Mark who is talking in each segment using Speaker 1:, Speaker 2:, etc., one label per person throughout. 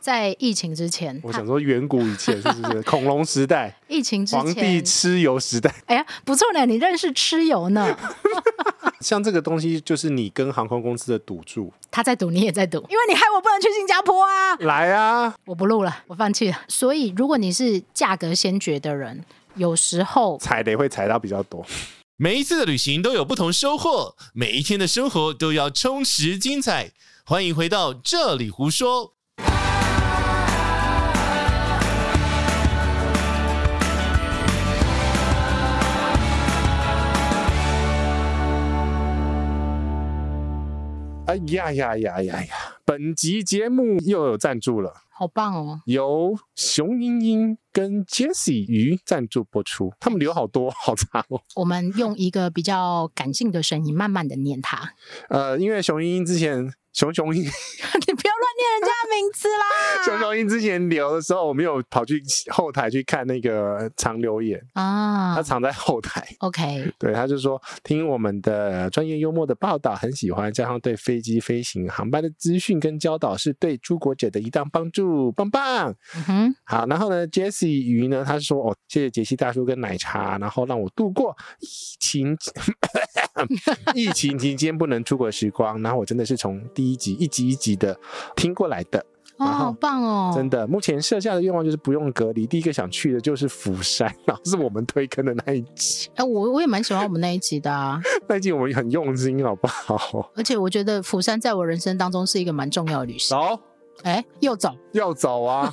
Speaker 1: 在疫情之前，
Speaker 2: 我
Speaker 1: 他
Speaker 2: 想说，远古以前 是不是恐龙时代、
Speaker 1: 疫情之
Speaker 2: 皇帝
Speaker 1: 前，
Speaker 2: 蚩尤 时代？
Speaker 1: 哎呀，不错呢，你认识蚩尤 呢？
Speaker 2: 像这个东西，就是你跟航空公司的赌注。
Speaker 1: 他在赌，你也在赌，因为你害我不能去新加坡啊！
Speaker 2: 来啊，
Speaker 1: 我不录了，我放弃了。所以，如果你是价格先觉的人，有时候
Speaker 2: 踩雷会踩到比较多。
Speaker 3: 每一次的旅行都有不同收获，每一天的生活都要充实精彩。欢迎回到这里胡说。
Speaker 2: 哎呀呀呀呀呀！本集节目又有赞助了，
Speaker 1: 好棒哦！
Speaker 2: 由熊英英跟 Jessie 鱼赞助播出。他们留好多， 好长哦。
Speaker 1: 我们用一个比较感性的声音，慢慢的念它。
Speaker 2: 呃，因为熊英英之前。熊熊 英，
Speaker 1: 你不要乱念人家的名字 啦！
Speaker 2: 熊熊英之前留的时候，我们有跑去后台去看那个长留言，
Speaker 1: 啊
Speaker 2: 他藏在后台，
Speaker 1: ，OK，
Speaker 2: 对，他就说听我们的专业幽默的报道很喜欢，加上对飞机飞行航班的资讯跟教导，是对出国者的一大帮助，棒棒。
Speaker 1: 嗯哼，
Speaker 2: 好，然后呢，Jesse 鱼呢，他说哦，谢谢杰西大叔跟奶茶，然后让我度过疫情 疫情期间不能出国的时光，然后我真的是从第一集一集一集的听过来的，
Speaker 1: 哦，
Speaker 2: 然后
Speaker 1: 好棒哦！
Speaker 2: 真的。目前设下的愿望就是不用隔离，第一个想去的就是釜山，然后是我们推坑的那一集，
Speaker 1: 哎、我我也蛮喜欢我们那一集的啊，
Speaker 2: 那一集我们很用心，好不好？
Speaker 1: 而且我觉得釜山在我人生当中是一个蛮重要的旅行。
Speaker 2: 走，
Speaker 1: 哎、又走，
Speaker 2: 要走啊！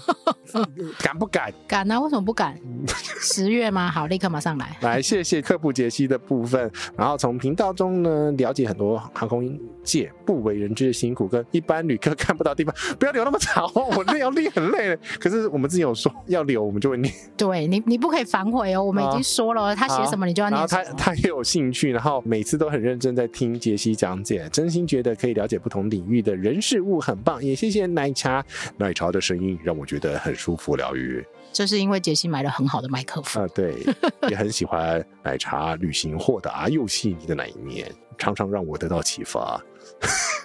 Speaker 2: 敢不敢？
Speaker 1: 敢啊？为什么不敢？
Speaker 2: 嗯
Speaker 1: 十月 吗？好，立刻马上来。
Speaker 2: 来，谢谢科普解析的部分。然后从频道中呢，了解很多航空界不为人知的辛苦，跟一般旅客看不到的地方。不要留那么长哦，我那要练很累了。可是我们之前有说要留，我们就会念。
Speaker 1: 对你，你不可以反悔哦。我们已经说了，他写什么你就要
Speaker 2: 啊然后
Speaker 1: 念什
Speaker 2: 他
Speaker 1: 么。
Speaker 2: 他也有兴趣，然后每次都很认真在听杰西讲解，真心觉得可以了解不同领域的人事物，很棒。也谢谢奶茶，奶茶的声音让我觉得很舒服疗愈。
Speaker 1: 这是因为杰西买了很好的麦克风。
Speaker 2: 啊、对，也很喜欢奶茶旅行豁达又细腻的那一面，常常让我得到启发。？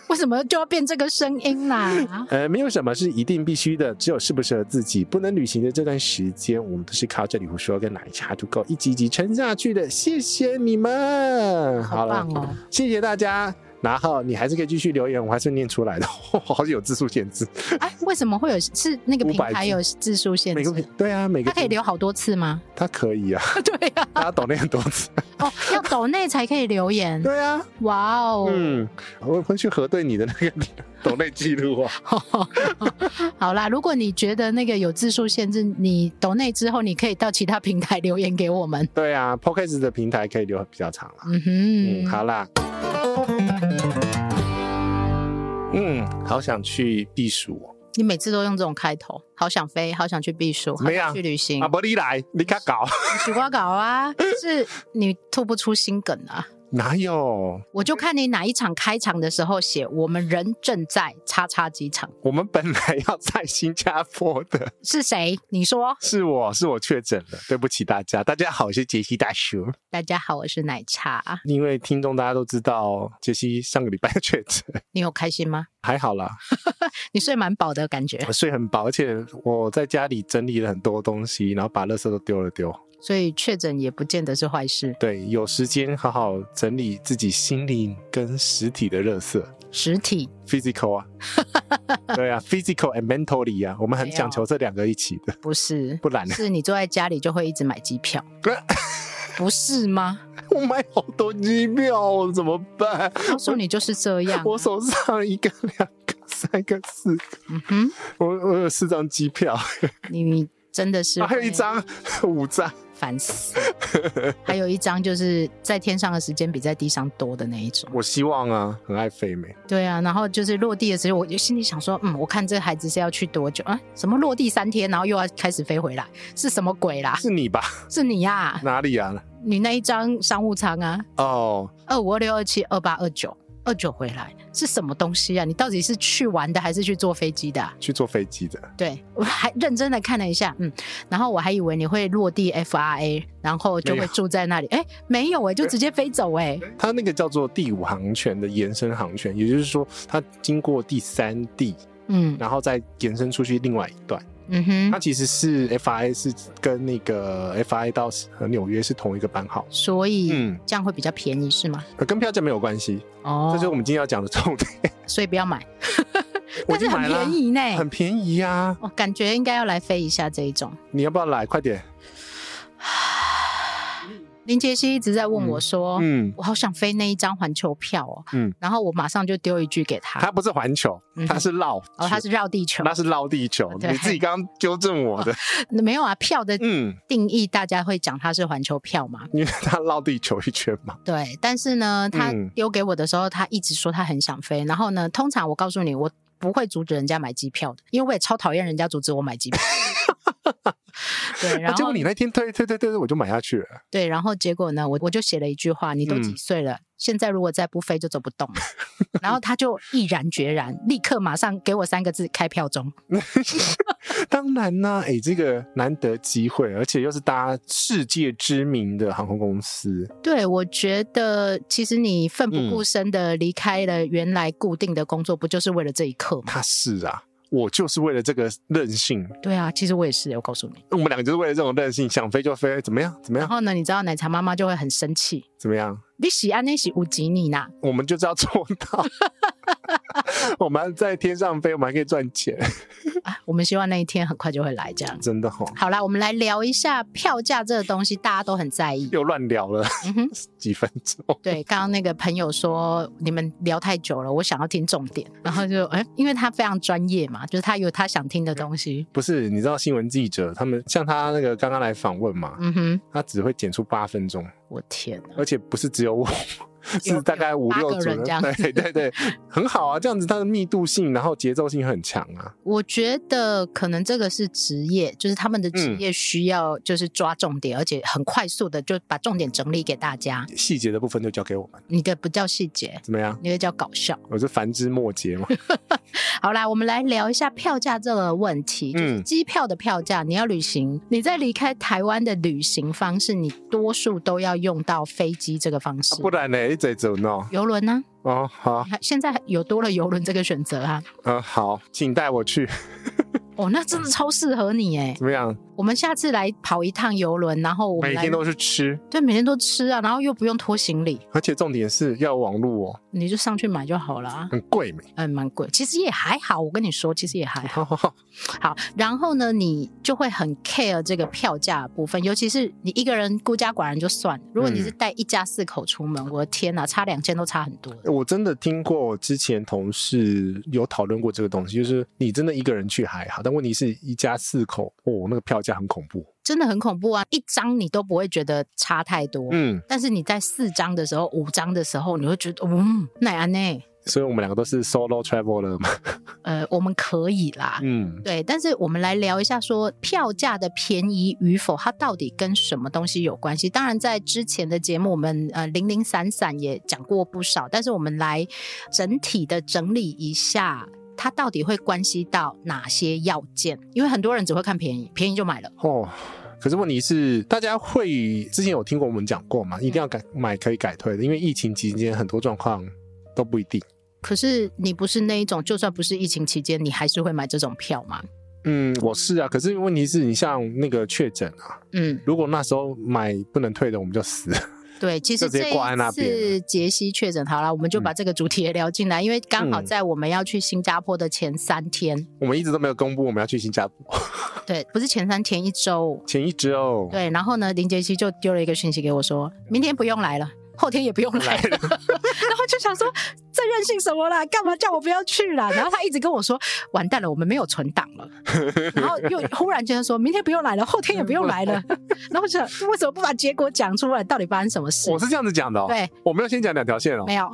Speaker 1: 为什么就要变这个声音啊啦
Speaker 2: 呃，没有什么是一定必须的，只有适不适合自己。不能旅行的这段时间，我们都是靠这里胡说跟奶茶足够一集一集撑下去的。谢谢你们，好
Speaker 1: 好
Speaker 2: 了
Speaker 1: 棒，哦！
Speaker 2: 谢谢大家。然后你还是可以继续留言，我还是念出来的，好像有字数限制。
Speaker 1: 哎，为什么会有是那个平
Speaker 2: 500
Speaker 1: 台
Speaker 2: 字
Speaker 1: 有字数限
Speaker 2: 每个
Speaker 1: 制？
Speaker 2: 对啊，每个
Speaker 1: 它可以留好多次 吗？
Speaker 2: 他可以啊，
Speaker 1: 对呀、
Speaker 2: 大家懂那很多次。
Speaker 1: 哦，要抖内才可以留 言。
Speaker 2: 对啊，
Speaker 1: 哇哦，
Speaker 2: 嗯，我会去核对你的那个 懂内记录啊。
Speaker 1: 好啦，如果你觉得那个有字数限制，你抖内之后，你可以到其他平台留言给我们。
Speaker 2: 对啊，Podcast 的平台可以留比较长啦。
Speaker 1: 嗯哼，
Speaker 2: 嗯，好啦。嗯，好想去避暑、哦。
Speaker 1: 你每次都用这种开头，好想飞，好想去避暑，好
Speaker 2: 怎么样
Speaker 1: 想去旅行
Speaker 2: 啊，，不，你来，你看搞
Speaker 1: 许瓜搞啊，就是你吐不出心梗啊。
Speaker 2: 哪有？
Speaker 1: 我就看你哪一场开场的时候写，我们人正在叉叉机场，
Speaker 2: 我们本来要在新加坡的，
Speaker 1: 是谁？你说。
Speaker 2: 是我是我确诊了，对不起大家。大家好，我是杰西大叔。
Speaker 1: 大家好，我是奶茶，
Speaker 2: 因为听众大家都知道，杰西上个礼拜确诊，
Speaker 1: 你有开心吗？
Speaker 2: 还好啦，
Speaker 1: 你睡蛮饱的感觉
Speaker 2: 我，睡很饱，而且我在家里整理了很多东西，然后把垃圾都丢了丢。
Speaker 1: 所以确诊也不见得是坏事。
Speaker 2: 对，有时间好好整理自己心灵跟实体的垃圾。
Speaker 1: 实体
Speaker 2: physical 啊，对啊，physical and mentally 啊，我们很讲求这两个一起的，
Speaker 1: 不是，
Speaker 2: 不然呢？
Speaker 1: 是你坐在家里就会一直买机 票，不是吗？
Speaker 2: 我买好多机票怎么办？
Speaker 1: 告诉你就是这样。啊
Speaker 2: 我手上一个、两个、三个、四个，
Speaker 1: 嗯哼，
Speaker 2: 我我有四张机票，
Speaker 1: 你你真的是
Speaker 2: 啊还有一
Speaker 1: 啊
Speaker 2: 张、五张，
Speaker 1: 烦死， 还有一张就是在天上的时间比在地上多的那一种。
Speaker 2: 我希望啊，很爱飞美，
Speaker 1: 对啊，然后就是落地的时候，我就心里想说，嗯，我看这孩子是要去多久啊？什么落地三天，然后又要开始飞回来，是什么鬼啦？
Speaker 2: 是你吧？
Speaker 1: 是你呀、
Speaker 2: 哪里啊？
Speaker 1: 你那一张商务舱啊，
Speaker 2: 哦，
Speaker 1: 二五、二六、二七、二八、二九、二九回来是什么东西啊？你到底是去玩的还是去坐飞机的啊、
Speaker 2: 去坐飞机的，
Speaker 1: 对我还认真的看了一下，嗯，然后我还以为你会落地 FRA，然后就
Speaker 2: 没
Speaker 1: 会
Speaker 2: 有
Speaker 1: 住在那里，哎，没有哎、就直接飞走哎、
Speaker 2: 它那个叫做第五航权的延伸航权，也就是说，它经过第三地
Speaker 1: 嗯
Speaker 2: 然后再延伸出去另外一段。
Speaker 1: 嗯哼
Speaker 2: 它，其实是 FI 是跟那个 FI 到呃纽约是同一个班号，
Speaker 1: 所以
Speaker 2: 嗯，
Speaker 1: 这样会比较便宜是吗？
Speaker 2: 呃跟票价没有关系，
Speaker 1: 哦，
Speaker 2: 这就是我们今天要讲的重点。
Speaker 1: 所以不要买，但
Speaker 2: 我
Speaker 1: 是
Speaker 2: 已经
Speaker 1: 很
Speaker 2: 买了啊
Speaker 1: 便，宜呢。
Speaker 2: 很便宜啊！
Speaker 1: 我感觉应该要来飞一下这一 种。
Speaker 2: 你要不要来？快点，
Speaker 1: 林杰西一直在问我说：“
Speaker 2: 嗯。
Speaker 1: 我好想飞那一张环球票哦。”
Speaker 2: 嗯
Speaker 1: 然后我马上就丢一句给他，
Speaker 2: 它不是环球
Speaker 1: 嗯哼，
Speaker 2: 它是绕，
Speaker 1: 哦，他是绕地球，
Speaker 2: 那是绕地球，
Speaker 1: 对
Speaker 2: 你自己刚刚纠正我的，
Speaker 1: 没有啊，票的
Speaker 2: 嗯，
Speaker 1: 定义大家会讲它是环球票嘛？
Speaker 2: 因为它绕地球一圈嘛，
Speaker 1: 对，但是呢，他
Speaker 2: 嗯
Speaker 1: 丢给我的时候，他一直说他很想飞。然后呢，通常我告诉你，我不会阻止人家买机票的，因为我也超讨厌人家阻止我买 机票。对，
Speaker 2: 那
Speaker 1: 然
Speaker 2: 啊结
Speaker 1: 后
Speaker 2: 果你那天推推推推，推我就买下去了。
Speaker 1: 对，然后结果呢，我我就写了一句话：你都几
Speaker 2: 嗯
Speaker 1: 岁了？现在如果再不飞就走不动了。然后他就毅然决然，立刻马上给我三个字：开票中。
Speaker 2: 当然啦、哎、这个难得机会，而且又是搭世界知名的航空公司，
Speaker 1: 对，我觉得其实你奋不
Speaker 2: 嗯
Speaker 1: 顾身的离开了原来固定的工作，不就是为了这一刻吗？
Speaker 2: 它是啊，我就是为了这个任性，
Speaker 1: 对啊，其实我也是，我告诉你。
Speaker 2: 我们两个就是为了这种任性，想飞就飞，怎么样？怎么
Speaker 1: 然
Speaker 2: 样？
Speaker 1: 后呢，你知道奶茶妈妈就会很生气，
Speaker 2: 怎么样？
Speaker 1: 你喜安那喜无吉你呐，
Speaker 2: 我们就是要做 到，我们还在天上飞，我们还可以赚钱，
Speaker 1: 啊，我们希望那一天很快就会来。这样，
Speaker 2: 真的哈、哦，
Speaker 1: 好啦，我们来聊一下票价这个东西，大家都很在 意。
Speaker 2: 又乱聊了
Speaker 1: 嗯哼，
Speaker 2: 几分钟。
Speaker 1: 对，刚刚那个朋友说你们聊太久了，我想要听重点，然后就哎、因为他非常专业嘛，就是他有他想听的东西。
Speaker 2: 不是，你知道新闻记者他们像他那个刚刚来访问嘛，
Speaker 1: 嗯哼，
Speaker 2: 他只会剪出八分钟，
Speaker 1: 我天哪！
Speaker 2: 而且不是只有我，
Speaker 1: 有
Speaker 2: 是大概五
Speaker 1: 八
Speaker 2: 六
Speaker 1: 个
Speaker 2: 组
Speaker 1: 人这样
Speaker 2: 对对对，很好啊，这样子它的密度性，然后节奏性很强啊。
Speaker 1: 我觉得可能这个是职业，就是他们的职
Speaker 2: 嗯
Speaker 1: 业需要就是抓重点，而且很快速的就把重点整理给大家。
Speaker 2: 细节的部分就交给我们，
Speaker 1: 你的不叫细节，
Speaker 2: 怎么样？
Speaker 1: 你的叫搞笑。
Speaker 2: 我是繁枝末节 嘛，
Speaker 1: 好啦，我们来聊一下票价这个问题。就是
Speaker 2: 嗯
Speaker 1: 机票的票价，你要旅行，你在离开台湾的旅行方式，你多数都要用到飞机这个方式。
Speaker 2: 啊不然呢？一嘴准哦。
Speaker 1: 游轮呢？
Speaker 2: 哦，好，
Speaker 1: 还现在有多了游轮这个选择啊。
Speaker 2: 嗯，好，请带我去，
Speaker 1: 哦，那
Speaker 2: 嗯
Speaker 1: 真的超适合你哎！
Speaker 2: 怎么样？
Speaker 1: 我们下次来跑一趟游轮，然后我们
Speaker 2: 每
Speaker 1: 来
Speaker 2: 天都是吃，
Speaker 1: 对每天都吃啊，然后又不用拖行李，
Speaker 2: 而且重点是要有网路哦，
Speaker 1: 你就上去买就好了啊。
Speaker 2: 很贵没？
Speaker 1: 嗯，蛮贵，其实也还好。我跟你说，其实也还好。
Speaker 2: 好好好，
Speaker 1: 好，然后呢，你就会很 care 这个票价的部分，尤其是你一个人孤家寡人就算了，如果你是带一家四口出门，我的天哪，差两千都差很多。
Speaker 2: 我真的听过，我之前同事有讨论过这个东西，就是你真的一个人去还好，但问题是一家四口，哦，那个票价很恐怖。
Speaker 1: 真的很恐怖啊！一张你都不会觉得差太多，
Speaker 2: 嗯，
Speaker 1: 但是你在四张的时候、五张的时候，你会觉得，嗯，奈安呢？
Speaker 2: 所以我们两个都是 solo traveler 嘛。
Speaker 1: 呃，我们可以啦。
Speaker 2: 嗯，
Speaker 1: 对，但是我们来聊一下说票价的便宜与否，它到底跟什么东西有关系？当然，在之前的节目，我们呃零零散散也讲过不少，但是我们来整体的整理一下。它到底会关系到哪些要件？因为很多人只会看便宜，便宜就买了。
Speaker 2: 哦，可是问题是，大家会之前有听过我们讲过嘛，一定要改买可以改退的，因为疫情期间很多状况都不一定。
Speaker 1: 可是你不是那一种，就算不是疫情期间，你还是会买这种票吗？
Speaker 2: 嗯，我是啊，可是问题是你像那个确诊啊，
Speaker 1: 嗯，
Speaker 2: 如果那时候买不能退的，我们就死了。
Speaker 1: 对，其实
Speaker 2: 就直接
Speaker 1: 这
Speaker 2: 挂在那
Speaker 1: 一次
Speaker 2: 边
Speaker 1: 杰西确诊，好了，我们就把这个主题也聊进来，因为刚好
Speaker 2: 嗯
Speaker 1: 在我们要去新加坡的前三天，
Speaker 2: 我们一直都没有公布我们要去新加坡，
Speaker 1: 对，不是前三天一周。
Speaker 2: 前一周
Speaker 1: 对，然后呢，林杰西就丢了一个讯息给我说，明天不用来了，后天也不用来
Speaker 2: 来
Speaker 1: 了。
Speaker 2: 了，
Speaker 1: 然后就想说，在任性什么啦？干嘛叫我不要去啦？然后他一直跟我说，完蛋了，我们没有存档了。然后 又忽然间说，明天不用来了，后天也不用来了。然后我想，为什么不把结果讲出来？到底发生什么事
Speaker 2: 我？是这样子讲的、哦。
Speaker 1: 对，
Speaker 2: 我没有先讲两条线哦
Speaker 1: 没。有。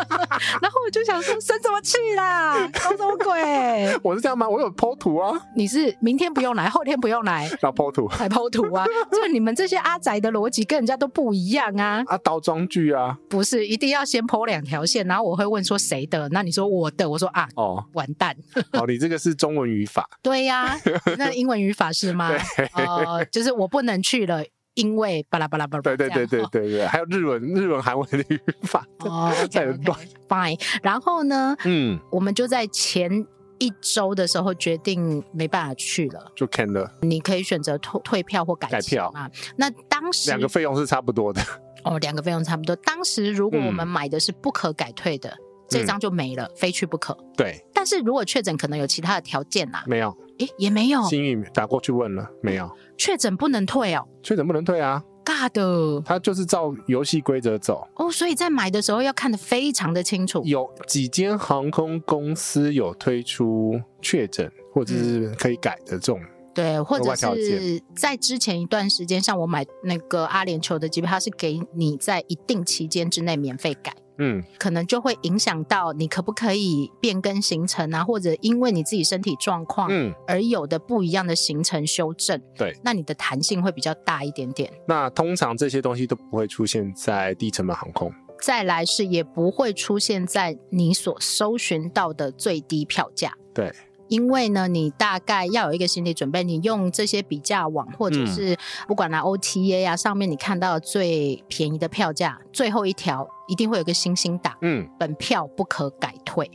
Speaker 1: 然后我就想说，生什么气啦？搞什么鬼？
Speaker 2: 我是这样吗？我有剖图啊，
Speaker 1: 你是明天不用来，后天不用来，
Speaker 2: 然后剖图
Speaker 1: 还剖图 啊？就你们这些阿宅的逻辑跟人家都不一样啊！
Speaker 2: 啊，倒装句啊，
Speaker 1: 不是，一定要先剖两条线，然后我会问说谁的，那你说我的，我说啊，
Speaker 2: 哦，
Speaker 1: 完蛋，
Speaker 2: 好，你这个是中文语法，
Speaker 1: 对 呀、那英文语法是吗？哦，就是我不能去了，因为巴拉巴拉巴拉，
Speaker 2: 对对
Speaker 1: 这
Speaker 2: 对
Speaker 1: 样
Speaker 2: 对
Speaker 1: 哦
Speaker 2: 对对，还有日文、日文、韩文的语法，
Speaker 1: 哦，
Speaker 2: 在
Speaker 1: OK，OK，
Speaker 2: 乱
Speaker 1: fine。然后呢，
Speaker 2: 嗯，
Speaker 1: 我们就在前一周的时候决定没办法去了，
Speaker 2: 就 can 了，
Speaker 1: 你可以选择退退票或改
Speaker 2: 改
Speaker 1: 期
Speaker 2: 票
Speaker 1: 嘛。那当时
Speaker 2: 两个费用是差不多的。
Speaker 1: 哦，两个费用差不多。当时如果我们
Speaker 2: 嗯
Speaker 1: 买的是不可改退的，这张就没了，非去不可。
Speaker 2: 对，
Speaker 1: 但是如果确诊可能有其他的条件啦、
Speaker 2: 没有，
Speaker 1: 诶，也没有
Speaker 2: 新宇打过去问了，没有，
Speaker 1: 确诊不能退哦，
Speaker 2: 确诊不能退啊，
Speaker 1: 尬的
Speaker 2: 他就是照游戏规则走。
Speaker 1: 哦，所以在买的时候要看得非常的清楚。
Speaker 2: 有几间航空公司有推出确诊或
Speaker 1: 嗯
Speaker 2: 者是可以改的这种，
Speaker 1: 对，或者
Speaker 2: 外条
Speaker 1: 是
Speaker 2: 件
Speaker 1: 在之前一段时间，像我买那个阿联酋的机票，它是给你在一定期间之内免费改，
Speaker 2: 嗯，
Speaker 1: 可能就会影响到你可不可以变更行程啊，或者因为你自己身体状况
Speaker 2: 嗯，
Speaker 1: 而有的不一样的行程修正。
Speaker 2: 对，
Speaker 1: 那你的弹性会比较大一点点。
Speaker 2: 那通常这些东西都不会出现在低成本航空。
Speaker 1: 再来是也不会出现在你所搜寻到的最低票价。
Speaker 2: 对。
Speaker 1: 因为呢，你大概要有一个心理准备，你用这些比价网或者
Speaker 2: 嗯
Speaker 1: 是不管啦 OTA 啊，上面你看到最便宜的票价，最后一条一定会有个星星打，
Speaker 2: 嗯，
Speaker 1: 本票不可改退。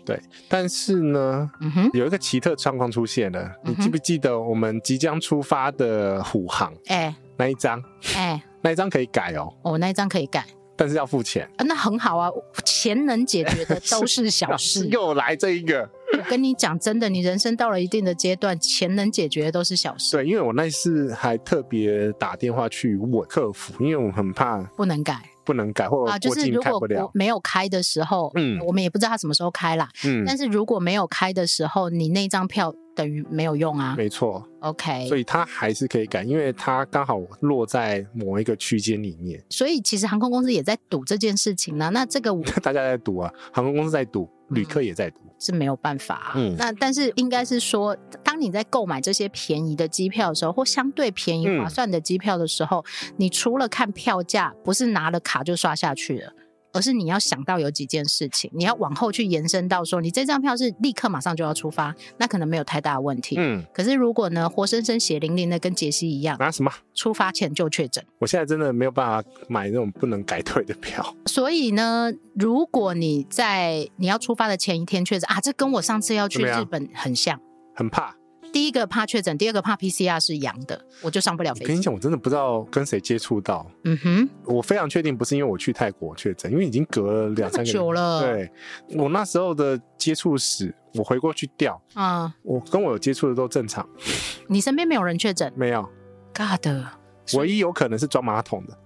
Speaker 2: 但是呢，
Speaker 1: 嗯哼，
Speaker 2: 有一个奇特状况出现了，你
Speaker 1: 嗯哼
Speaker 2: 记不记得我们即将出发的虎航
Speaker 1: 哎
Speaker 2: 那一张？
Speaker 1: 哎，
Speaker 2: 那一张可以改哦，
Speaker 1: 我、那一张可以改、
Speaker 2: 但是要付钱。
Speaker 1: 啊，那很好啊，钱能解决的都是小事。
Speaker 2: 又来这一个，
Speaker 1: 我跟你讲，真的，你人生到了一定的阶段，钱能解决的都是小事，
Speaker 2: 对，因为我那次还特别打电话去问客服，因为我很怕
Speaker 1: 不能改。
Speaker 2: 不能改或
Speaker 1: 啊，
Speaker 2: 者
Speaker 1: 就
Speaker 2: 过
Speaker 1: 是
Speaker 2: 境
Speaker 1: 如
Speaker 2: 开
Speaker 1: 果
Speaker 2: 不
Speaker 1: 国
Speaker 2: 了。
Speaker 1: 没有开的时候，嗯
Speaker 2: 嗯，
Speaker 1: 我们也不知道它什么时候开啦。
Speaker 2: 嗯，
Speaker 1: 但是如果没有开的时候，你那张票等于没有用啊。
Speaker 2: 没错。
Speaker 1: OK，所
Speaker 2: 所
Speaker 1: 以
Speaker 2: 以它还是可以改，因为它刚好落在某一个区间里面，
Speaker 1: 其实航空公司也在赌这件事情呢、那这个我
Speaker 2: 大家在赌啊，航空公司在赌，旅客
Speaker 1: 嗯
Speaker 2: 也在赌，
Speaker 1: 是没有办法、啊。
Speaker 2: 嗯
Speaker 1: 那但是应该是说，当你在购买这些便宜的机票的时候，或相对便宜
Speaker 2: 嗯
Speaker 1: 划算的机票的时候，你除了看票价，不是拿了卡就刷下去了。而是你要想到有几件事情，你要往后去延伸到说，你这张票是立刻马上就要出发，那可能没有太大的问题。
Speaker 2: 嗯，
Speaker 1: 可是如果呢，活生生血淋淋的跟杰西一样，
Speaker 2: 拿、什么？
Speaker 1: 出发前就确诊，
Speaker 2: 我现在真的没有办法买那种不能改退的票，
Speaker 1: 所以呢，如果你在你要出发的前一天确诊啊，这跟我上次要去
Speaker 2: 怎么样
Speaker 1: 日本很像。
Speaker 2: 很怕。
Speaker 1: 第一个怕确诊，第二个怕 PCR 是阳的，我就上不了
Speaker 2: 我
Speaker 1: 飞
Speaker 2: 跟你
Speaker 1: 机。
Speaker 2: 讲，我真的不知道跟谁接触到，
Speaker 1: 嗯哼，
Speaker 2: 我非常确定不是因为我去泰国确诊，因为已经隔了两
Speaker 1: 这么
Speaker 2: 三个
Speaker 1: 久
Speaker 2: 月。
Speaker 1: 了，，
Speaker 2: 对我那时候的接触史，我回过去调，
Speaker 1: 啊、
Speaker 2: 我跟我有接触的都正常，
Speaker 1: 你身边没有人确诊
Speaker 2: 没有，
Speaker 1: ，God，是
Speaker 2: 唯一有可能是装马桶的。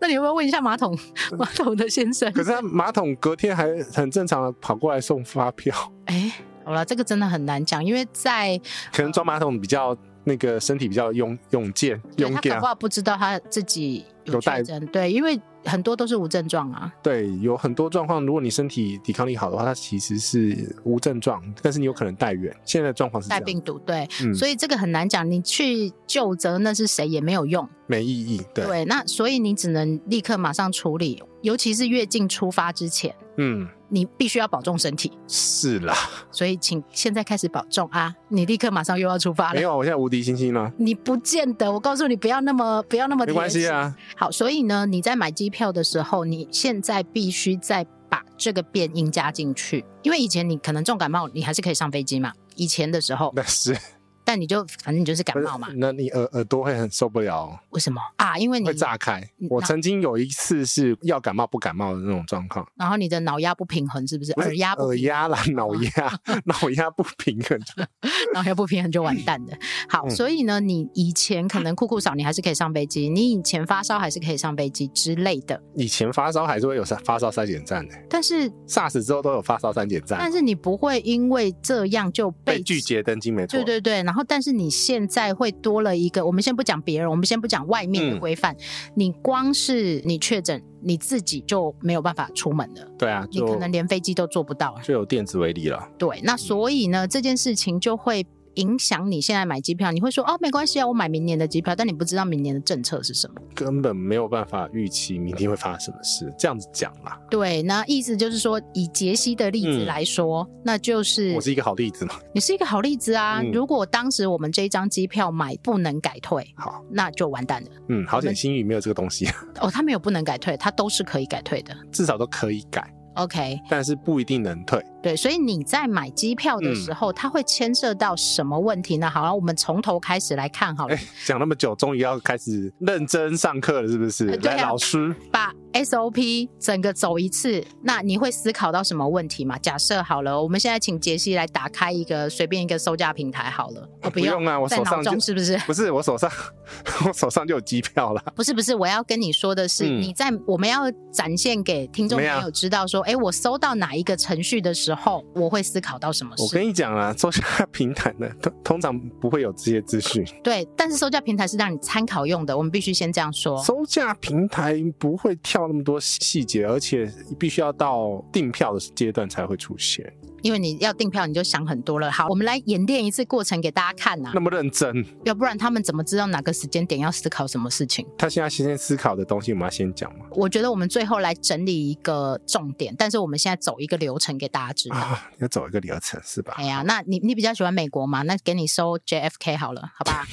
Speaker 1: 那你会不会问一下马桶
Speaker 2: 嗯
Speaker 1: 马桶的先 生？
Speaker 2: 可是他马桶隔天还很正常的跑过来送发票，
Speaker 1: 哎，好了，这个真的很难讲，因为在
Speaker 2: 可能装马桶比较那个身体比较勇勇健啊
Speaker 1: 对
Speaker 2: 勇
Speaker 1: 他搞
Speaker 2: 敢
Speaker 1: 不，好不知道他自己有
Speaker 2: 有带
Speaker 1: 确诊，对，因为很多都是无症状啊。
Speaker 2: 对，有很多状况，如果你身体抵抗力好的话，它其实是无症状，但是你有可能带源。现在的状况是这
Speaker 1: 带
Speaker 2: 样，
Speaker 1: 病毒，对，
Speaker 2: 嗯，
Speaker 1: 所以这个很难讲。你去就责那是谁也没有用，
Speaker 2: 没意义，对，
Speaker 1: 那所以你只能立刻马上处理，尤其是越境出发之前，
Speaker 2: 嗯，
Speaker 1: 你必须要保重身体。
Speaker 2: 是啦，
Speaker 1: 所以请现在开始保重啊！你立刻马上又要出发
Speaker 2: 没
Speaker 1: 了。
Speaker 2: 有，我现在无敌星星了，
Speaker 1: 你不见得，我告诉你，不要那么，不要那么。
Speaker 2: 没关系。啊，
Speaker 1: 好，所以呢，你在买机票的时候，你现在必须再把这个变音加进去，因为以前你可能重感冒，你还是可以上飞机嘛。以前的时候，
Speaker 2: 但是
Speaker 1: 但你就反正你就是感冒嘛。
Speaker 2: 那你耳耳朵会很受不了哦，
Speaker 1: 为什么啊？因为你
Speaker 2: 会炸开
Speaker 1: 你。
Speaker 2: 我
Speaker 1: 嗯那
Speaker 2: 曾经有一次是要感冒不感冒的那种状况。
Speaker 1: 然后你的脑压不平衡，是不是？
Speaker 2: 不是
Speaker 1: 耳压不
Speaker 2: 耳
Speaker 1: 平
Speaker 2: 压啦，脑 压脑压不平衡，
Speaker 1: 衡，脑压不平衡就完蛋 了。好，
Speaker 2: 嗯
Speaker 1: 所以呢，你以前可能酷酷少，你还是可以上飞机；你以前发烧还是可以上飞机之类的。
Speaker 2: 以前发烧还是会有发烧筛检站的、
Speaker 1: 但是，
Speaker 2: s a r s 之后都有发烧筛检站，
Speaker 1: 但是你不会因为这样就被
Speaker 2: 被拒。绝登机没错。
Speaker 1: 对对对，然后但是你现在会多了一个，我们先不讲别人，我们先不讲外面的
Speaker 2: 嗯
Speaker 1: 规范，你光是你确诊，你自己就没有办法出门了，
Speaker 2: 对啊，
Speaker 1: 你可
Speaker 2: 就
Speaker 1: 能连飞机都坐不到了。
Speaker 2: 就有电子围篱了。
Speaker 1: 对，那所以呢，这件事情就会影响你现在买机票。你会说哦，没关系啊，我买明年的机票，但你不知道明年的政策是什么。
Speaker 2: 根本没有办法预期明天会发生什么事，这样子讲啦。
Speaker 1: 对，那意思就是说，以杰西的例子
Speaker 2: 嗯
Speaker 1: 来说，那就是
Speaker 2: 我是一个好例子嘛。
Speaker 1: 你是一个好例子啊。
Speaker 2: 嗯
Speaker 1: 如果当时我们这一张机票买不能改退，
Speaker 2: 好，
Speaker 1: 那就完蛋了。
Speaker 2: 嗯，好
Speaker 1: 我们
Speaker 2: 险新宇没有这个东西，
Speaker 1: 哦，他没有不能改退，他都是可以改退的。
Speaker 2: 至少都可以改，
Speaker 1: OK，
Speaker 2: 但是不一定能退。
Speaker 1: 对，所以你在买机票的时
Speaker 2: 嗯
Speaker 1: 候，它会牵涉到什么问题呢？好了，我们从头开始来看好了，
Speaker 2: 讲那么久，终于要开始认真上课了，是不是？
Speaker 1: 呃对啊
Speaker 2: 来，老师，
Speaker 1: 把 SOP 整个走一次，那你会思考到什么问题吗？假设好了，我们现在请杰西来打开一个随便一个售价平台好了，哦，
Speaker 2: 不
Speaker 1: 用，
Speaker 2: 用啊，我
Speaker 1: 在
Speaker 2: 手
Speaker 1: 脑
Speaker 2: 上就
Speaker 1: 中是不是？
Speaker 2: 不是我手上， 我手上就有机票了。
Speaker 1: 不是不是，我要跟你说的是，
Speaker 2: 嗯
Speaker 1: 你在我们要展现给听众
Speaker 2: 怎么
Speaker 1: 朋
Speaker 2: 样
Speaker 1: 友知道说，哎，我搜到哪一个程序的时候，我会思考到什么
Speaker 2: 我
Speaker 1: 事。
Speaker 2: 跟你讲啊，做下平台的通通常不会有这些资讯，
Speaker 1: 对，但是售价平台是让你参考用的，我们必须先这样说。
Speaker 2: 收价平台不会跳那么多细节，而且必须要到订票的阶段才会出现，
Speaker 1: 因为你要订票，你就想很多了。好，我们来演练一次过程给大家看呐、
Speaker 2: 那么认真。
Speaker 1: 要不然他们怎么知道哪个时间点要思考什么事情？
Speaker 2: 他现在先思考的东西，我们要先讲嘛。
Speaker 1: 我觉得我们最后来整理一个重点，但是我们现在走一个流程给大家知道。
Speaker 2: 啊，要走一个流程是吧？
Speaker 1: 哎呀，那你你比较喜欢美国嘛？那给你收 JFK 好了，好 吧？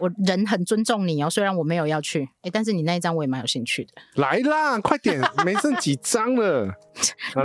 Speaker 1: 我人很尊重你哦，虽然我没有要去，哎，但是你那一张我也蛮有兴趣的。
Speaker 2: 来啦，快点，没剩几张了。然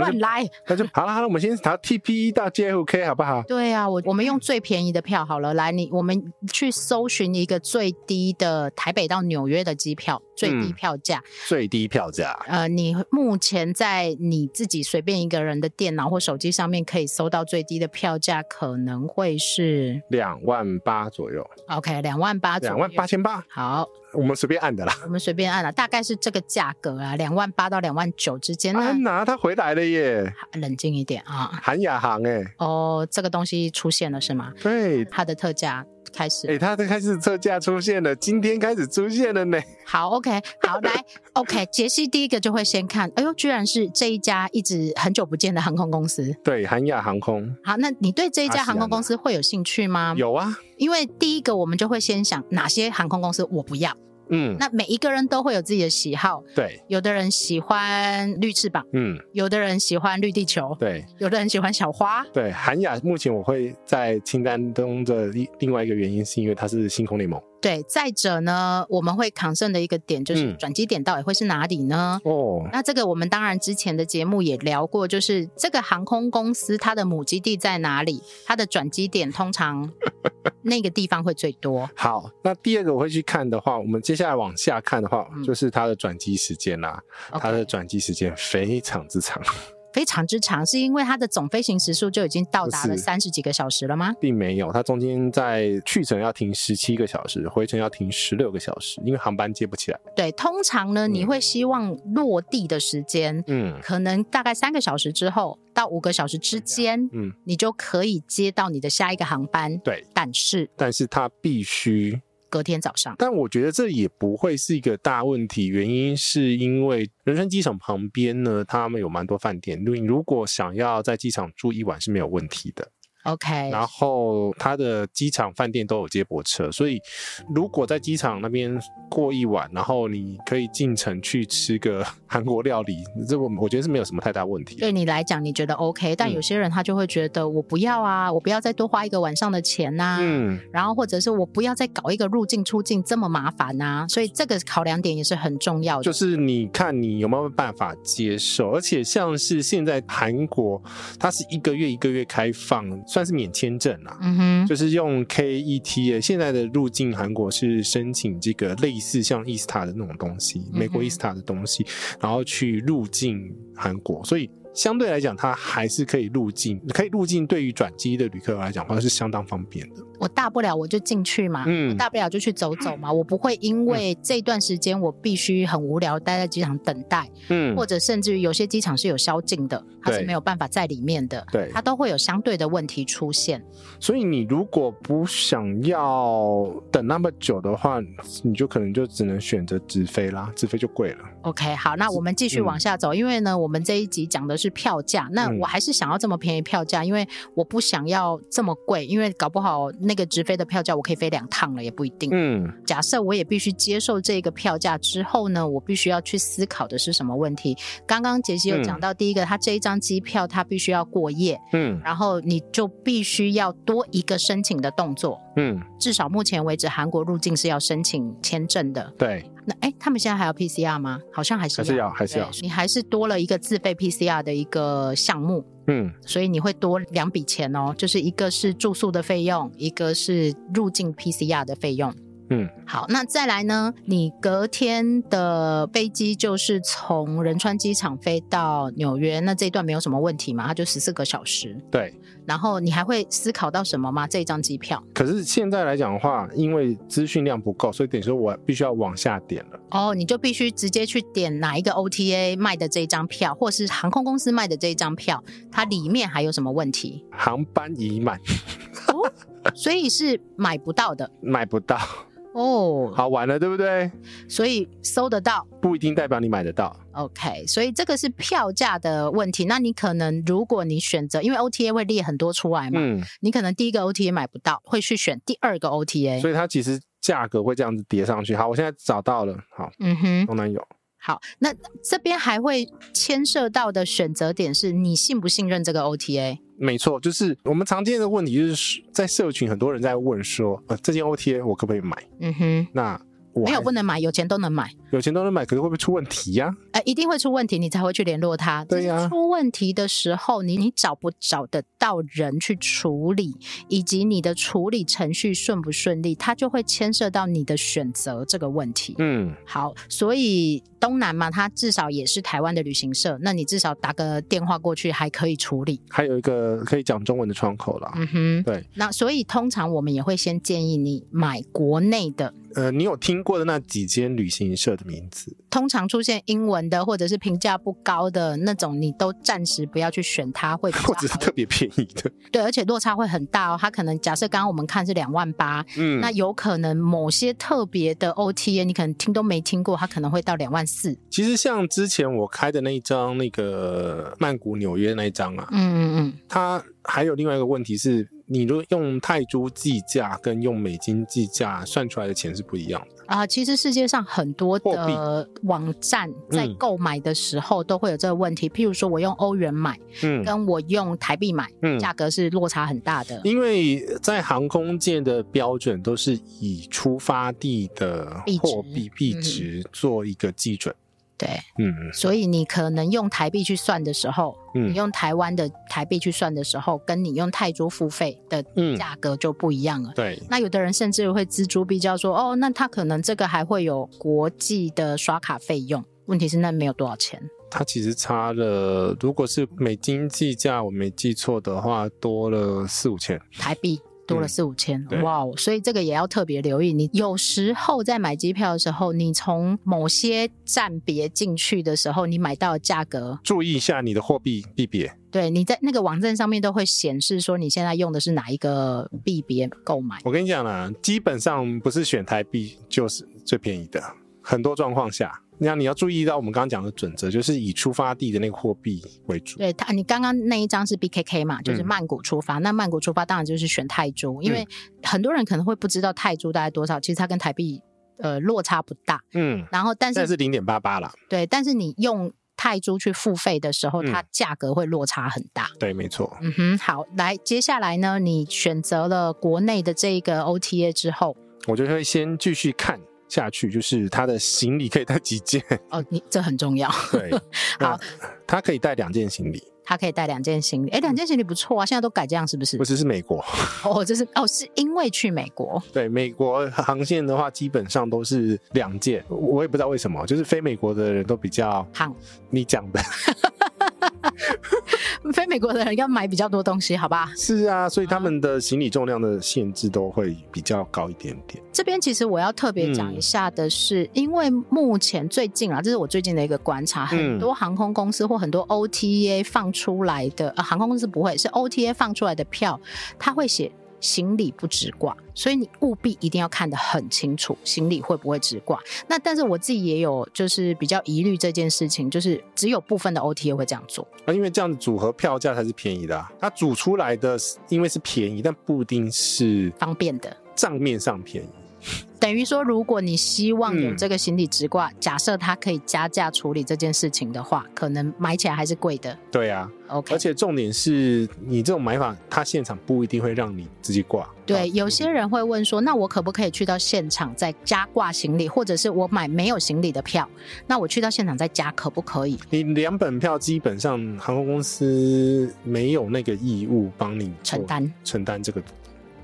Speaker 2: 后
Speaker 1: 乱
Speaker 2: 就
Speaker 1: 来，
Speaker 2: 那就好了，好了，我们先谈 TPE 到 JFK 好不好？
Speaker 1: 对啊，我我们用最便宜的票好了，来你我们去搜寻一个最低的台北到纽约的机票，最低
Speaker 2: 嗯
Speaker 1: 票价。
Speaker 2: 最低票价
Speaker 1: 呃，你目前在你自己随便一个人的电脑或手机上面可以搜到最低的票价，可能会是
Speaker 2: 两万八左右，
Speaker 1: OK 两万八左右。
Speaker 2: 两万八。千八，
Speaker 1: 好，
Speaker 2: 我们随便按的啦。
Speaker 1: 我们随便按了，大概是这个价格啊，两万八到两万九之间。那、
Speaker 2: 安娜她啊回来了耶，
Speaker 1: 冷静一点啊。
Speaker 2: 韩亚航哎，
Speaker 1: 哦，这个东西出现了是吗？
Speaker 2: 对，
Speaker 1: 它的特价开始。
Speaker 2: 哎，她开始特价出现了，今天开始出现了呢。
Speaker 1: 好，OK，好，来，OK，杰西第一个就会先看，哎呦，居然是这一家一直很久不见的航空公司。
Speaker 2: 对，韩亚航空
Speaker 1: 好，那你对这一家
Speaker 2: 阿西
Speaker 1: 航空
Speaker 2: 安娜
Speaker 1: 公司会有兴趣吗？
Speaker 2: 有啊，
Speaker 1: 因为第一个我们就会先想哪些航空公司我不要。
Speaker 2: 嗯，
Speaker 1: 那每一个人都会有自己的喜好，
Speaker 2: 对，
Speaker 1: 有的人喜欢绿翅膀，
Speaker 2: 嗯，
Speaker 1: 有的人喜欢绿地球，
Speaker 2: 对
Speaker 1: 有的人喜欢小花。
Speaker 2: 对，韩亚目前我会在清单中的另另外一个原因是因为它是星空联盟
Speaker 1: 对，再者呢，我们会 concern 的一个点就是
Speaker 2: 嗯
Speaker 1: 转机点到底会是哪里呢？
Speaker 2: 哦，
Speaker 1: 那这个我们当然之前的节目也聊过，就是这个航空公司它的母基地在哪里，它的转机点通 常那个地方会最多。
Speaker 2: 好，那第二个我会去看的话，我们接下来往下看的话，
Speaker 1: 嗯
Speaker 2: 就是它的转机时间啦、它的
Speaker 1: OK，
Speaker 2: 转机时间非常之长，
Speaker 1: 非常之长，是因为它的总飞行时数就已经到达了
Speaker 2: 不是
Speaker 1: 三十几个小时了吗？
Speaker 2: 并没有，它中间在去程要停十七个小时，回程要停十六个小时，因为航班接不起来。
Speaker 1: 对，通常呢，你会希望落地的时间。
Speaker 2: 嗯
Speaker 1: 可能大概三个小时之后到五个小时之间，
Speaker 2: 嗯，
Speaker 1: 你就可以接到你的下一个航班。
Speaker 2: 对，
Speaker 1: 但是
Speaker 2: 但是它必须
Speaker 1: 隔天早上，
Speaker 2: 但我觉得这也不会是一个大问题，原因是因为仁川机场旁边呢，他们有蛮多饭店，你如果想要在机场住一晚是没有问题的。
Speaker 1: OK，
Speaker 2: 然后它的机场饭店都有接驳车，所以如果在机场那边过一晚，然后你可以进城去吃个 韩国料理，这我我觉得是没有什么太大问题的。
Speaker 1: 对你来讲你觉得 OK，但
Speaker 2: 嗯
Speaker 1: 有些人他就会觉得我不要啊，我不要再多花一个晚上的钱呐、
Speaker 2: 嗯，
Speaker 1: 然后或者是我不要再搞一个入境出境这么麻烦呐、所以这个考量点也是很重要的。
Speaker 2: 就是你看你有没有办法接受，而且像是现在韩国，它是一个月一个月开放，算是免签证啦、
Speaker 1: 嗯哼，
Speaker 2: 就是用 KETA，现在的入境韩国是申请这个类似像 E ESTA 的那种东西，美国 E
Speaker 1: 嗯哼
Speaker 2: ESTA 的东西，然后去入境韩国，所以相对来讲，它还是可以入境，可以入境对于转机的旅客来讲，话是相当方便的。
Speaker 1: 我大不了我就进去嘛，
Speaker 2: 嗯
Speaker 1: 啊大不了就去走走嘛，我不会因为这段时间我必须很无聊待在机场等待，
Speaker 2: 嗯
Speaker 1: 或者甚至于有些机场是有宵禁的，它是
Speaker 2: 对
Speaker 1: 没有办法在里面的，
Speaker 2: 对
Speaker 1: 它都会有相对的问题出现。
Speaker 2: 所以你如果不想要等那么久的话，你就可能就只能选择直飞啦，直飞就贵了。
Speaker 1: OK，好，那我们继续往下走，因为呢，我们这一集讲的是票价，那
Speaker 2: 嗯
Speaker 1: 我还是想要这么便宜票价，因为我不想要这么贵，因为搞不好那个直飞的票价我可以飞两趟了，也不一定。
Speaker 2: 嗯，
Speaker 1: 假设我也必须接受这个票价之后呢，我必须要去思考的是什么问题。刚刚杰西有讲到，第一个，他这一张机票他必须要过夜，
Speaker 2: 嗯
Speaker 1: 然后你就必须要多一个申请的动作。
Speaker 2: 嗯，
Speaker 1: 至少目前为止，韩国入境是要申请签证的。
Speaker 2: 对，
Speaker 1: 那哎，他们现在还要 PCR 吗？好像还是
Speaker 2: 还是要还是
Speaker 1: 对
Speaker 2: 要
Speaker 1: 你还是多了一个自费 PCR 的一个项目，
Speaker 2: 嗯，
Speaker 1: 所以你会多两笔钱哦，就是一个是住宿的费用，一个是入境 PCR 的费用。
Speaker 2: 嗯，
Speaker 1: 好，那再来呢？你隔天的飞机就是从仁川机场飞到纽约，那这一段没有什么问题嘛？它就十四个小时。
Speaker 2: 对。
Speaker 1: 然后你还会思考到什么吗？这一张机票？
Speaker 2: 可是现在来讲的话，因为资讯量不够，所以等于说我必须要往下点了。
Speaker 1: 哦，你就必须直接去点哪一个 OTA 卖的这一张票，或是航空公司卖的这一张票，它里面还有什么问题？
Speaker 2: 航班已满，
Speaker 1: 所以是买不到的
Speaker 2: 买不到，
Speaker 1: 哦，
Speaker 2: 好玩了，对不对？
Speaker 1: 所以搜得到。
Speaker 2: 不一定代表你买得到。
Speaker 1: OK，所以这个是票价的问题。那你可能如果你选择，因为 OTA 会列很多出来嘛，
Speaker 2: 嗯，
Speaker 1: 你可能第一个 OTA 买不到，会去选第二个 OTA。
Speaker 2: 所以它其实价格会这样子叠上去。好，我现在找到了，好，
Speaker 1: 嗯哼，
Speaker 2: 东南有。
Speaker 1: 好，那这边还会牵涉到的选择点是你信不信任这个 OTA？
Speaker 2: 没错，就是我们常见的问题，就是在社群很多人在问说，呃，这件 OTA 我可不可以买？
Speaker 1: 嗯哼，
Speaker 2: 那我
Speaker 1: 没有
Speaker 2: 还
Speaker 1: 不能买，有钱都能买，
Speaker 2: 有钱都能买，可是会不会出问题呀、
Speaker 1: 呃，一定会出问题，你才会去联络他。
Speaker 2: 对呀
Speaker 1: 就是出问题的时候，你你找不找得到人去处理，以及你的处理程序顺不顺利，它就会牵涉到你的选择这个问题。
Speaker 2: 嗯，
Speaker 1: 好，所以东南嘛，它至少也是台湾的旅行社，那你至少打个电话过去还可以处理。
Speaker 2: 还有一个可以讲中文的窗口啦。
Speaker 1: 嗯哼，
Speaker 2: 对。
Speaker 1: 那所以通常我们也会先建议你买国内的，
Speaker 2: 呃，你有听过的那几间旅行社的名字？
Speaker 1: 通常出现英文的或者是评价不高的那种，你都暂时不要去选它，会比较
Speaker 2: 或者是
Speaker 1: 好
Speaker 2: 特别便宜的？
Speaker 1: 对，而且落差会很大哦。它可能假设刚刚我们看是两万八，
Speaker 2: 嗯
Speaker 1: 那有可能某些特别的 OTA 你可能听都没听过，它可能会到两万四。
Speaker 2: 其实像之前我开的那一张那个曼谷纽约那一张啊，
Speaker 1: 嗯嗯
Speaker 2: 它还有另外一个问题是，你如果用泰铢计价跟用美金计价算出来的钱是不一样的。
Speaker 1: 嗯啊，其实世界上很多
Speaker 2: 货
Speaker 1: 的网站在
Speaker 2: 嗯
Speaker 1: 购买的时候都会有这个问题，譬如说我用欧元买，
Speaker 2: 嗯
Speaker 1: 跟我用台币买，
Speaker 2: 嗯
Speaker 1: 价格是落差很大的。
Speaker 2: 因为在航空界的标准都是以出发地的
Speaker 1: 币值嗯
Speaker 2: 货币币值做一个基准。
Speaker 1: 对，
Speaker 2: 嗯
Speaker 1: 所以你可能用台币去算的时候，你
Speaker 2: 嗯
Speaker 1: 用台湾的台币去算的时候，跟你用泰铢付费的
Speaker 2: 嗯，
Speaker 1: 价格就不一样了。
Speaker 2: 对，
Speaker 1: 那有的人甚至会锱铢必较说，哦，那他可能这个还会有国际的刷卡费用。问题是那没有多少钱，
Speaker 2: 它其实差了，如果是美金计价，我没记错的话，多了四五千。
Speaker 1: 台币。多了
Speaker 2: 嗯
Speaker 1: 四五千，
Speaker 2: 对
Speaker 1: 哇哦！所以这个也要特别留意。你有时候在买机票的时候，你从某些站别进去的时候，你买到的价格，
Speaker 2: 注意一下你的货币币别。
Speaker 1: 对你在那个网站上面都会显示说你现在用的是哪一个币别购买。
Speaker 2: 我跟你讲啦，基本上不是选台币就是最便宜的，很多状况下，那你要注意到我们刚刚讲的准则，就是以出发地的那个货币为主。
Speaker 1: 对他，你刚刚那一张是 BKK 嘛，就是
Speaker 2: 嗯
Speaker 1: 曼谷出发。那曼谷出发当然就是选泰铢，因为很多人可能会不知道泰铢大概多少，其实它跟台币呃落差不大。
Speaker 2: 嗯，
Speaker 1: 然后，但
Speaker 2: 现
Speaker 1: 是
Speaker 2: 在是零点八八啦。
Speaker 1: 对，但是你用泰铢去付费的时候，
Speaker 2: 嗯
Speaker 1: 它价格会落差很大。
Speaker 2: 对，没错。
Speaker 1: 嗯哼，好，来，接下来呢，你选择了国内的这个 OTA 之后，
Speaker 2: 我就会先继续看下去，就是他的行李可以带几件？
Speaker 1: 哦，你这很重要，
Speaker 2: 对， 那他可以带两件行李，
Speaker 1: 它可以带两件行李，诶，两件行李不错啊，现在都改这样是不是
Speaker 2: 嗯不？只是美国。
Speaker 1: 哦，这是哦，是因为去美国，
Speaker 2: 对，美国航线的话，基本上都是两件，我也不知道为什么，就是非美国的人都比较
Speaker 1: 好，
Speaker 2: 你讲的
Speaker 1: 飞美国的人要买比较多东西，好吧？
Speaker 2: 是啊，所以他们的行李重量的限制都会比较高一点点。
Speaker 1: 这边其实我要特别讲一下的是，因为目前最近啊，这是我最近的一个观察，很多航空公司或很多 OTA 放出来的，呃，航空公司不会是 OTA 放出来的票，它会写。行李不直挂，所以你务必一定要看得很清楚，行李会不会直挂。那但是我自己也有就是比较疑虑这件事情，就是只有部分的 OTA 会这样做。
Speaker 2: 啊，因为这样子组合票价才是便宜的、啊，它组出来的因为是便宜，但不一定是
Speaker 1: 方便的。
Speaker 2: 账面上便宜。
Speaker 1: 等于说，如果你希望有
Speaker 2: 嗯
Speaker 1: 这个行李直挂，假设它可以加价处理这件事情的话，可能买起来还是贵的。
Speaker 2: 对啊，
Speaker 1: OK，
Speaker 2: 而且重点是你这种买法，他现场不一定会让你自己挂。啊嗯
Speaker 1: 对，有些人会问说，那我可不可以去到现场再加挂行李，或者是我买没有行李的票，那我去到现场再加可不可以？
Speaker 2: 你两本票基本上航空公司没有那个义务帮你做
Speaker 1: 承担
Speaker 2: 承担这个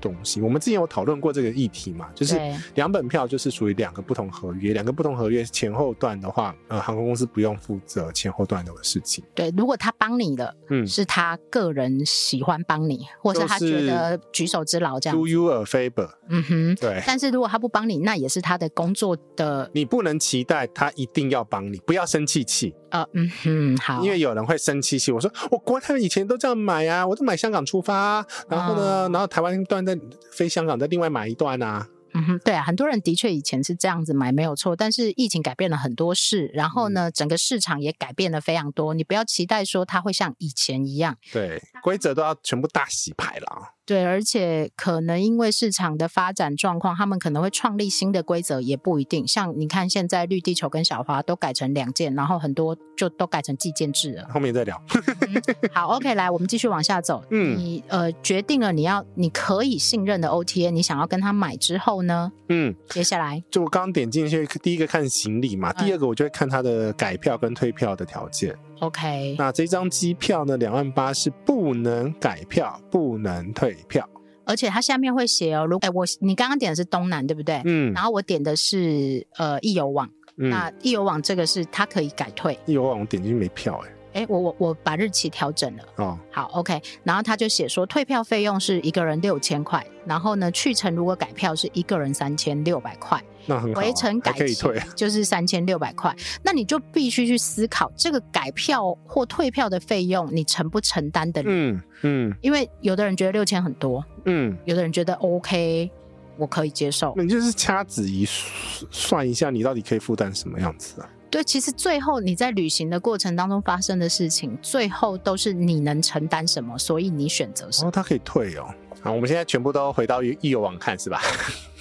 Speaker 2: 东西。我们之前有讨论过这个议题嘛，就是
Speaker 1: 对
Speaker 2: 两本票就是属于两个不同合约，两个不同合约前后段的话，呃，航空公司不用负责前后段的事情。
Speaker 1: 对，如果他帮你了，
Speaker 2: 嗯
Speaker 1: 是他个人喜欢帮你，或是他觉得举手之劳这样。
Speaker 2: ，Do you a favor？
Speaker 1: 嗯哼。
Speaker 2: 对。
Speaker 1: 但是如果他不帮你，那也是他的工作的
Speaker 2: 你不能期待他一定要帮你，不要生气气，
Speaker 1: 呃嗯哼好，
Speaker 2: 因为有人会生气气。我说我国泰以前都这样买啊，我都买香港出发、啊，然后呢，
Speaker 1: 哦
Speaker 2: 然后台湾段再飞香港，再另外买一段啊。
Speaker 1: 嗯哼，对啊，很多人的确以前是这样子买没有错，但是疫情改变了很多事，然后呢，整个市场也改变了非常多。你不要期待说它会像以前一样，
Speaker 2: 对，规则都要全部大洗牌了啊。
Speaker 1: 对，而且可能因为市场的发展状况，他们可能会创立新的规则，也不一定。像你看，现在绿地球跟小花都改成两件，然后很多就都改成计件制了。
Speaker 2: 后面再聊。
Speaker 1: 好，OK，来，我们继续往下走。
Speaker 2: 嗯
Speaker 1: 你呃决定了你要你可以信任的 OTA，你想要跟他买之后呢，
Speaker 2: 嗯，
Speaker 1: 接下来
Speaker 2: 就我刚刚点进去，第一个看行李嘛，
Speaker 1: 嗯
Speaker 2: 第二个我就会看它的改票跟退票的条件。
Speaker 1: OK，
Speaker 2: 那这张机票呢，两万八是不能改票，不能退票。
Speaker 1: 而且它下面会写哦，如哎我你刚刚点的是东南对不对？
Speaker 2: 嗯
Speaker 1: 然后我点的是呃易游网，
Speaker 2: 嗯，
Speaker 1: 那易游网这个是它可以改退，
Speaker 2: 一有网我点进去没票哎、
Speaker 1: 哎我我我把日期调整了。
Speaker 2: 哦，
Speaker 1: 好，OK，然后他就写说，退票费用是一个人六千块，然后呢，去程如果改票是一个人三千六百块，
Speaker 2: 那很好啊、
Speaker 1: 回程改
Speaker 2: 还可以
Speaker 1: 期
Speaker 2: 退。
Speaker 1: 就是三千六百块，那你就必须去思考这个改票或退票的费用，你承不承担的了？
Speaker 2: 嗯嗯
Speaker 1: 因为有的人觉得六千很多，
Speaker 2: 嗯，
Speaker 1: 有的人觉得 OK，我可以接受。
Speaker 2: 那你就是掐指一算算一下，你到底可以负担什么样子啊？
Speaker 1: 对，其实最后你在旅行的过程当中发生的事情，最后都是你能承担什么，所以你选择什么。
Speaker 2: 然后它可以退哦。好，我们现在全部都回到易游网看是吧？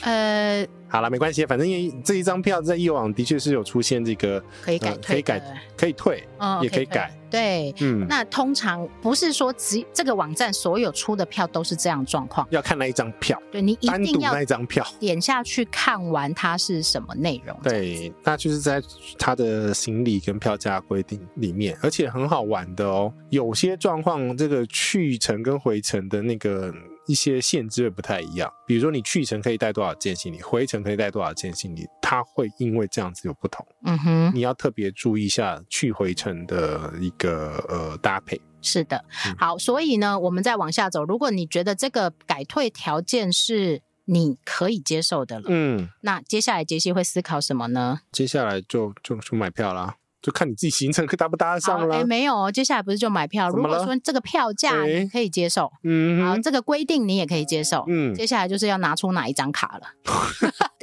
Speaker 1: 呃，
Speaker 2: 好了，没关系，反正因为这一张票在易游网的确是有出现这个
Speaker 1: 可以改
Speaker 2: 呃
Speaker 1: 退的
Speaker 2: 可以改，可以退，
Speaker 1: 嗯，
Speaker 2: 也可以改。
Speaker 1: 对，
Speaker 2: 嗯，
Speaker 1: 那通常不是说只这个网站所有出的票都是这样状况，
Speaker 2: 要看那一张票，
Speaker 1: 对你一
Speaker 2: 单
Speaker 1: 定
Speaker 2: 独
Speaker 1: 要
Speaker 2: 那一张票。
Speaker 1: 点下去看完它是什么内容。
Speaker 2: 对，那就是在它的行李跟票价规定里面，而且很好玩的哦。有些状况，这个去程跟回程的那个一些限制会不太一样。比如说，你去程可以带多少件行李，回程可以带多少件行李，它会因为这样子有不同。
Speaker 1: 嗯哼，
Speaker 2: 你要特别注意一下去回程的一个呃搭配。
Speaker 1: 是的
Speaker 2: 嗯。
Speaker 1: 好，所以呢，我们再往下走。如果你觉得这个改退条件是你可以接受的了，
Speaker 2: 嗯，
Speaker 1: 那接下来杰西会思考什么呢？
Speaker 2: 接下来就就就买票啦，就看你自己行程可搭不搭得
Speaker 1: 好
Speaker 2: 上，啦
Speaker 1: 诶。没有哦，接下来不是就买票？
Speaker 2: 怎
Speaker 1: 如
Speaker 2: 么了
Speaker 1: 果说这个票价
Speaker 2: 诶
Speaker 1: 你可以接受，
Speaker 2: 嗯
Speaker 1: 好，
Speaker 2: 哼，
Speaker 1: 这个规定你也可以接受。
Speaker 2: 嗯，
Speaker 1: 接下来就是要拿出哪一张卡 了。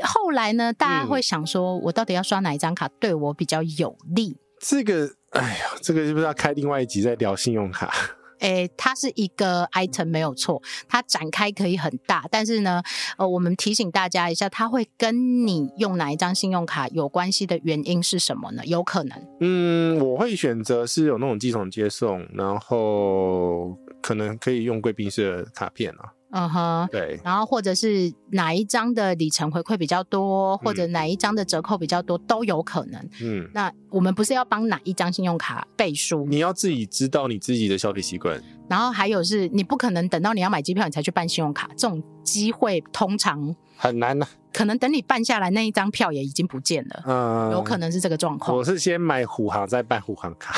Speaker 1: 后来呢，大家
Speaker 2: 嗯
Speaker 1: 会想说，我到底要刷哪一张卡对我比较有利？
Speaker 2: 这个，哎呀，这个是不是要开另外一集再聊信用卡？
Speaker 1: 诶，哎它是一个 item 没有错，它展开可以很大，但是呢，呃，我们提醒大家一下，它会跟你用哪一张信用卡有关系的原因是什么呢？有可能，
Speaker 2: 嗯，我会选择是有那种寄送接送，然后可能可以用贵宾室的卡片啊。
Speaker 1: 嗯哼。
Speaker 2: 对，
Speaker 1: 然后或者是哪一张的里程回馈比较多，或者哪一张的折扣比较多，都有可能。
Speaker 2: 嗯，
Speaker 1: 那我们不是要帮哪一张信用卡背书，
Speaker 2: 你要自己知道你自己的消费习惯。
Speaker 1: 然后还有是你不可能等到你要买机票你才去办信用卡，这种机会通常
Speaker 2: 很难啊呐、
Speaker 1: 可能等你办下来那一张票也已经不见了。
Speaker 2: 嗯、
Speaker 1: 有可能是这个状况
Speaker 2: 我，是先买虎航，再办虎航卡。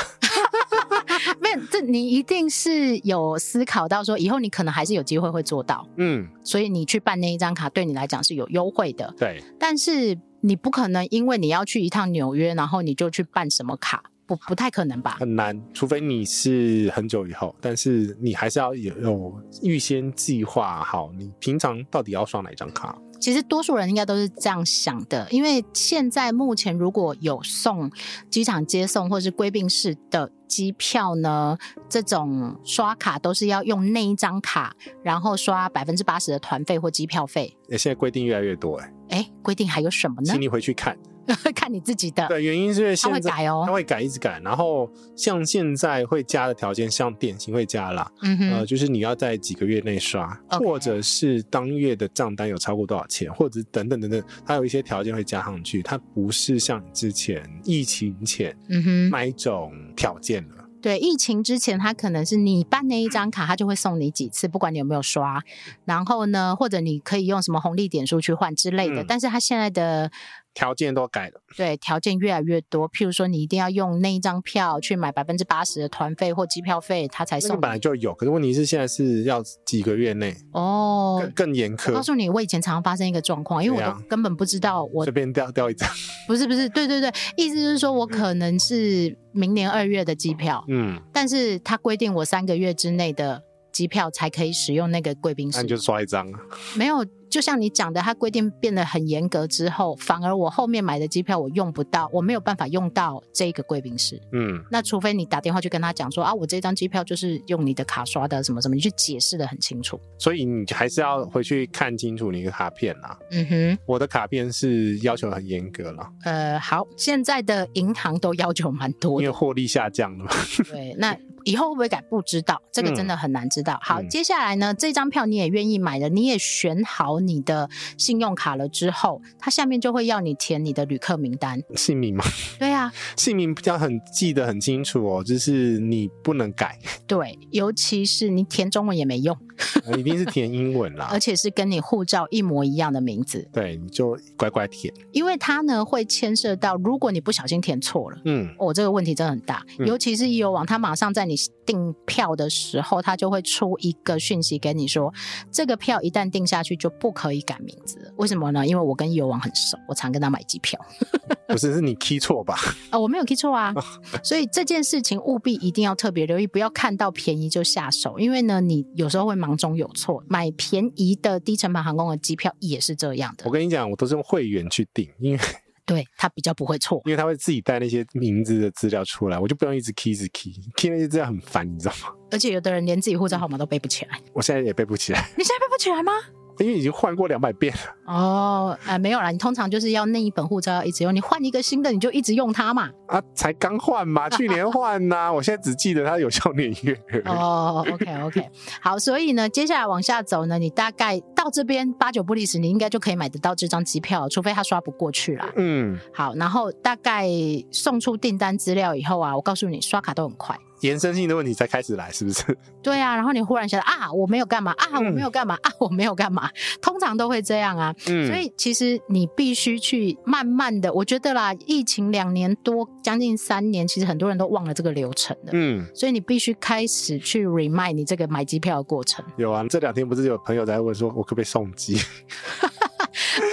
Speaker 1: 没有这你一定是有思考到说，以后你可能还是有机会会做到，
Speaker 2: 嗯，
Speaker 1: 所以你去办那一张卡对你来讲是有优惠的，
Speaker 2: 对，
Speaker 1: 但是你不可能因为你要去一趟纽约，然后你就去办什么卡，不不太可能吧？
Speaker 2: 很难，除非你是很久以后，但是你还是要有有预先计划好，你平常到底要刷哪一张卡？
Speaker 1: 其实多数人应该都是这样想的，因为现在目前如果有送机场接送或是归并式的机票呢，这种刷卡都是要用那一张卡，然后刷百分之八十的团费或机票费。
Speaker 2: 诶现在规定越来越多、诶
Speaker 1: 哎，规定还有什么呢
Speaker 2: 请？你回去看。
Speaker 1: 看你自己的。
Speaker 2: 对，原因是因为
Speaker 1: 他
Speaker 2: 现
Speaker 1: 会
Speaker 2: 在
Speaker 1: 改哦
Speaker 2: 它会改，一直改。然后像现在会加的条件，像点心会加啦，
Speaker 1: 嗯
Speaker 2: 呃，
Speaker 1: 哼，
Speaker 2: 就是你要在几个月内刷
Speaker 1: OK
Speaker 2: 或者是当月的账单有超过多少钱，或者等等等等，它有一些条件会加上去，它不是像之前疫情前
Speaker 1: 嗯哼。
Speaker 2: 那一种条件了。
Speaker 1: 对，疫情之前，他可能是你办那一张卡，他就会送你几次，不管你有没有刷。然后呢，或者你可以用什么红利点数去换之类的。
Speaker 2: 嗯
Speaker 1: 但是他现在的
Speaker 2: 条件都改了，
Speaker 1: 对条件越来越多，譬如说你一定要用那一张票去买百分之八十的团费或机票费，他才
Speaker 2: 那个
Speaker 1: 送
Speaker 2: 本来
Speaker 1: 你。
Speaker 2: 就有，可是问题是现在是要几个月内，
Speaker 1: 哦
Speaker 2: 更，更严
Speaker 1: 我告
Speaker 2: 苛，
Speaker 1: 诉你，我以前常常发生一个状况，因为
Speaker 2: 怎
Speaker 1: 我
Speaker 2: 样
Speaker 1: 都根本不知道我
Speaker 2: 随便掉掉一张，
Speaker 1: 不 是不是，对对对，意思就是说我可能是明年二月的机票，
Speaker 2: 嗯，
Speaker 1: 但是他规定我三个月之内的机票才可以使用那个贵宾
Speaker 2: 那
Speaker 1: 室
Speaker 2: 你。就刷一张啊，
Speaker 1: 没有，就像你讲的，它规定变得很严格之后，反而我后面买的机票我用不到，我没有办法用到这个贵宾室。
Speaker 2: 嗯，
Speaker 1: 那除非你打电话去跟他讲说啊，我这张机票就是用你的卡刷的，什么什么，你去解释的很清楚。
Speaker 2: 所以你还是要回去看清楚你的卡片啊。
Speaker 1: 嗯哼，
Speaker 2: 我的卡片是要求很严格了，
Speaker 1: 呃，好，现在的银行都要求蛮多
Speaker 2: 因为
Speaker 1: 的，
Speaker 2: 获利下降了嘛。
Speaker 1: 对，那。以后会不会改？不知道，这个真的很难知道。好，
Speaker 2: 嗯
Speaker 1: 接下来呢，这张票你也愿意买了，你也选好你的信用卡了之后，它下面就会要你填你的旅客名单。
Speaker 2: 姓名嘛，
Speaker 1: 对啊，
Speaker 2: 姓名要很记得很清楚哦，就是你不能改，
Speaker 1: 对，尤其是你填中文也没用，
Speaker 2: 呃一定是填英文 啦
Speaker 1: 而。且是跟你护照一模一样的名字，
Speaker 2: 对，你就乖乖填。
Speaker 1: 因为它呢会牵涉到，如果你不小心填错了。
Speaker 2: 嗯，
Speaker 1: 哦，这个问题真的很大，
Speaker 2: 嗯
Speaker 1: 尤其是易游网，它马上在你订票的时候，它就会出一个讯息给你说，这个票一旦定下去就不可以改名字了。为什么呢？因为我跟易游网很熟，我常跟他买机票。
Speaker 2: 不是，是你 key 错吧？
Speaker 1: 啊，我没有 key 错啊，所以这件事情务必一定要特别留意，不要看到便宜就下手，因为呢，你有时候会忙中有错。买便宜的低成本航空的机票也是这样
Speaker 2: 我
Speaker 1: 的，
Speaker 2: 跟你讲，我都是用会员去订，因为
Speaker 1: 对，它比较不会错。
Speaker 2: 因为他会自己带那些名字的资料出来，我就不用一直 key 一直 key，key 那些资料很烦，你知道吗？
Speaker 1: 而且有的人连自己护照号码都背不起来，
Speaker 2: 我现在也背不起来，
Speaker 1: 你现在背不起来吗？
Speaker 2: 因为已经换过两百遍了。
Speaker 1: 哦，呃，没有啦，你通常就是要那一本护照要一直用，你换一个新的你就一直用它嘛。
Speaker 2: 啊，才刚换嘛，去年换呐、我现在只记得它有效年月而已。
Speaker 1: 哦，OK OK，好，所以呢，接下来往下走呢，你大概到这边八九不离十，你应该就可以买得到这张机票了，除非他刷不过去啦。
Speaker 2: 嗯，
Speaker 1: 好，然后大概送出订单资料以后啊，我告诉你，刷卡都很快。
Speaker 2: 延伸性的问题才开始来，是不是？
Speaker 1: 对啊，然后你忽然想到啊，我没有干嘛啊，我没有干嘛、啊，我没有干嘛，通常都会这样啊。
Speaker 2: 嗯，
Speaker 1: 所以其实你必须去慢慢的，我觉得啦，疫情两年多，将近三年，其实很多人都忘了这个流程了。
Speaker 2: 嗯，
Speaker 1: 所以你必须开始去 remind 你这个买机票的过程，
Speaker 2: 有啊，这两天不是有朋友在问说，我可不可以送机？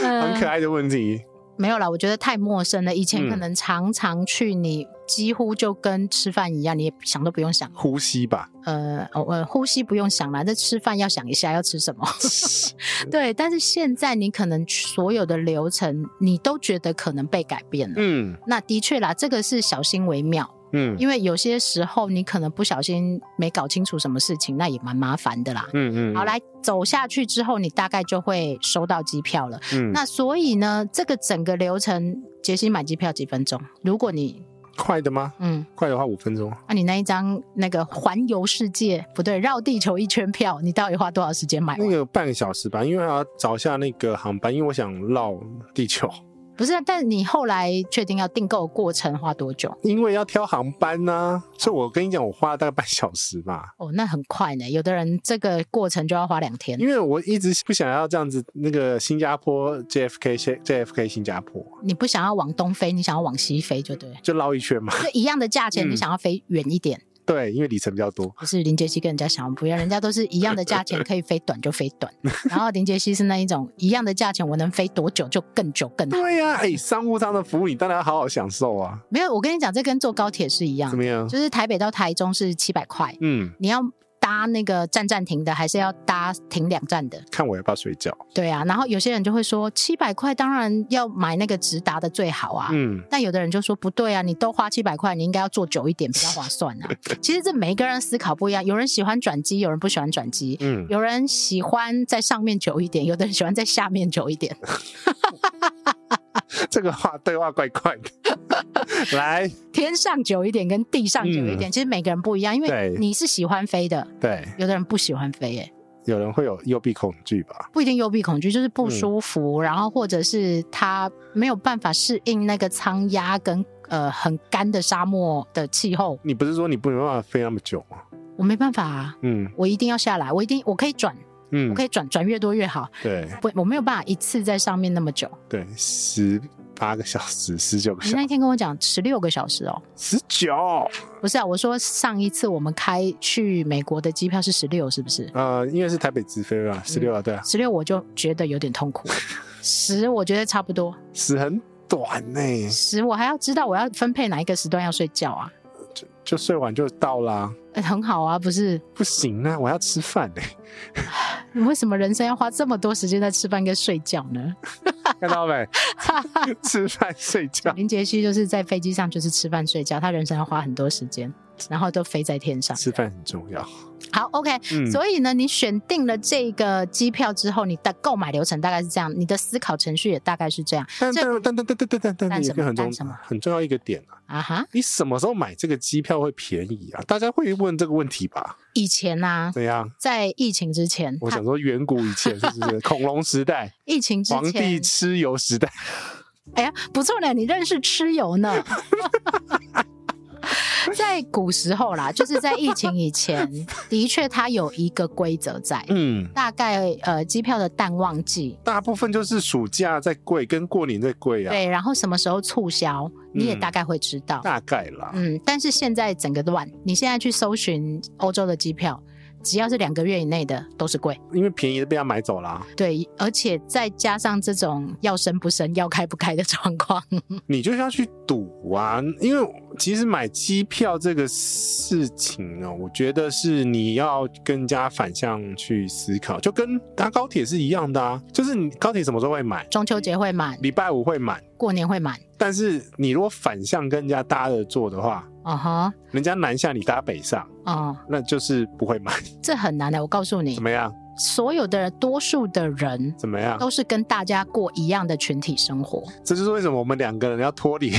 Speaker 2: 很可
Speaker 1: 嗯，
Speaker 2: 爱的嗯问题。
Speaker 1: 没有啦，我觉得太陌生了。以前可能常常去，你几乎就跟吃饭一样，你也想都不用想。
Speaker 2: 呼吸吧，
Speaker 1: 呃，哦呃，呼吸不用想啦，这吃饭要想一下要吃什么。 对，但是现在你可能所有的流程，你都觉得可能被改变了。
Speaker 2: 嗯
Speaker 1: 那的确啦，这个是小心为妙，
Speaker 2: 嗯
Speaker 1: 因为有些时候你可能不小心没搞清楚什么事情，那也蛮麻烦的啦。
Speaker 2: 嗯嗯，
Speaker 1: 好，，来走下去之后，你大概就会收到机票了。
Speaker 2: 嗯，
Speaker 1: 那所以呢，这个整个流程，杰西买机票几分钟？如果你
Speaker 2: 快的吗？
Speaker 1: 嗯，
Speaker 2: 快的话五分钟，
Speaker 1: 那、啊你那一张那个环游世界不对，绕地球一圈票，你到底花多少时间买完？
Speaker 2: 那个半个小时吧，因为还要找一下那个航班，因为我想绕地球，
Speaker 1: 不是啊，但你后来确定要订购的过程花多久？
Speaker 2: 因为要挑航班呐、所以我跟你讲，我花了大概半小时吧。
Speaker 1: 哦，那很快呢。有的人这个过程就要花两天。
Speaker 2: 因为我一直不想要这样子，那个新加坡 JFK 先 JFK 新加坡
Speaker 1: 你不想要往东飞，你想要往西飞，就对了，
Speaker 2: 就绕一圈嘛。
Speaker 1: 就一样的价钱，
Speaker 2: 嗯
Speaker 1: 你想要飞远一点。
Speaker 2: 对，因为里程比较多，
Speaker 1: 不是林杰西跟人家想不一样，人家都是一样的价钱，可以飞短就飞 短，然后林杰西是那一种一样的价钱，我能飞多久就更久更好。
Speaker 2: 对呀、哎、商务舱的服务你当然要好好享受啊，
Speaker 1: 没有，我跟你讲，这跟坐高铁是一样
Speaker 2: 怎，么样？
Speaker 1: 就是台北到台中是七百块，
Speaker 2: 嗯，
Speaker 1: 你要搭那个站站停的，还是要搭停两站的？
Speaker 2: 看我要不要睡觉，
Speaker 1: 对啊，然后有些人就会说，七百块当然要买那个直达的最好啊。
Speaker 2: 嗯，
Speaker 1: 但有的人就说不对啊，你都花七百块，你应该要坐久一点，比较划算 啊。其实这每一个人思考不一样，有人喜欢转机，有人不喜欢转机，
Speaker 2: 嗯，
Speaker 1: 有人喜欢在上面久一点，有的人喜欢在下面久一 点。
Speaker 2: 这个话对话怪怪 的，来，
Speaker 1: 天上久一点跟地上久一点，其实每个人不一样，因为
Speaker 2: 嗯对
Speaker 1: 你是喜欢飞的，
Speaker 2: 对，
Speaker 1: 有的人不喜欢飞、耶，
Speaker 2: 有人会有右臂恐惧吧？
Speaker 1: 不一定幽闭恐惧，就是不舒服，然后或者是他没有办法适应那个仓压跟呃很干的沙漠的气候，
Speaker 2: 你不是说你不没办法飞那么久吗？
Speaker 1: 我没办法啊，
Speaker 2: 嗯
Speaker 1: 我一定要下来，我一定我可以转，我
Speaker 2: 嗯
Speaker 1: 可，以转转越多越好，
Speaker 2: 对
Speaker 1: 不，我没有办法一次在上面那么久。
Speaker 2: 对，十八个小时，十九个
Speaker 1: 你
Speaker 2: 小
Speaker 1: 啊那
Speaker 2: 时，
Speaker 1: 天跟我讲十六个小时哦，
Speaker 2: 十九，
Speaker 1: 不是啊，我说上一次我们开去美国的机票是十六，是不是？
Speaker 2: 呃，因为是台北直飞
Speaker 1: 嗯
Speaker 2: 吧，十六啊，对啊，
Speaker 1: 十六我就觉得有点痛苦，十我觉得差不多，
Speaker 2: 十很短呢、
Speaker 1: 十我还要知道我要分配哪一个时段要睡觉啊，
Speaker 2: 就睡完就到啦。
Speaker 1: 呃很好啊，不是？
Speaker 2: 不行啊，我要吃饭 呢、
Speaker 1: 你为什么人生要花这么多时间在吃饭跟睡觉呢？
Speaker 2: 看到没？ 吃饭睡觉，
Speaker 1: 林杰西就是在飞机上就是吃饭睡觉，他人生要花很多时间，然后都飞在天上。
Speaker 2: 吃饭很重要。
Speaker 1: 好，OK，、
Speaker 2: 嗯，
Speaker 1: 所以呢，你选定了这个机票之后，你的购买流程大概是这样，你的思考程序也大概是这样
Speaker 2: 但
Speaker 1: 这
Speaker 2: 但但但但但但
Speaker 1: 但
Speaker 2: 但但有一
Speaker 1: 什
Speaker 2: 个
Speaker 1: 么
Speaker 2: 很重
Speaker 1: 但什么
Speaker 2: 很重要一个点啊，
Speaker 1: 啊哈。
Speaker 2: 你什么时候买这个机票会便宜啊？大家会问这个问题吧？
Speaker 1: 以前啊，
Speaker 2: 怎样？
Speaker 1: 在疫情之前，
Speaker 2: 我
Speaker 1: 他
Speaker 2: 想说，远古以前是 不是恐龙时代、
Speaker 1: 疫情之
Speaker 2: 皇
Speaker 1: 前，
Speaker 2: 帝蚩尤时代？
Speaker 1: 哎呀，不错呢，你认识蚩尤 呢。在古时候啦，就是在疫情以前，的确它有一个规则在，
Speaker 2: 嗯，
Speaker 1: 大概呃机票的淡旺季，
Speaker 2: 大部分就是暑假在贵，跟过年在贵啊，
Speaker 1: 对，然后什么时候促销，
Speaker 2: 嗯
Speaker 1: 你也大概会知道。
Speaker 2: 大概啦。
Speaker 1: 嗯，但是现在整个乱，你现在去搜寻欧洲的机票，只要是两个月以内的都是贵，
Speaker 2: 因为便宜的被他买走啦、
Speaker 1: 对，而且再加上这种要升不升、要开不开的状况，
Speaker 2: 你就是要去赌啊！因为其实买机票这个事情呢、我觉得是你要更加反向去思考，就跟搭高铁是一样的啊。就是你高铁什么时候会满，
Speaker 1: 中秋节会满，
Speaker 2: 礼拜五会满，
Speaker 1: 过年会满，
Speaker 2: 但是你如果反向跟人家搭着坐的话，
Speaker 1: 哦哈，
Speaker 2: 人家南下你搭北上，
Speaker 1: 哦，
Speaker 2: 那就是不会满。
Speaker 1: 这很难的，我告诉你
Speaker 2: 怎，么啊样？
Speaker 1: 所有的多数的人
Speaker 2: 怎么样？
Speaker 1: 都是跟大家过一样的群体生活，
Speaker 2: 这就是为什么我们两个人要脱离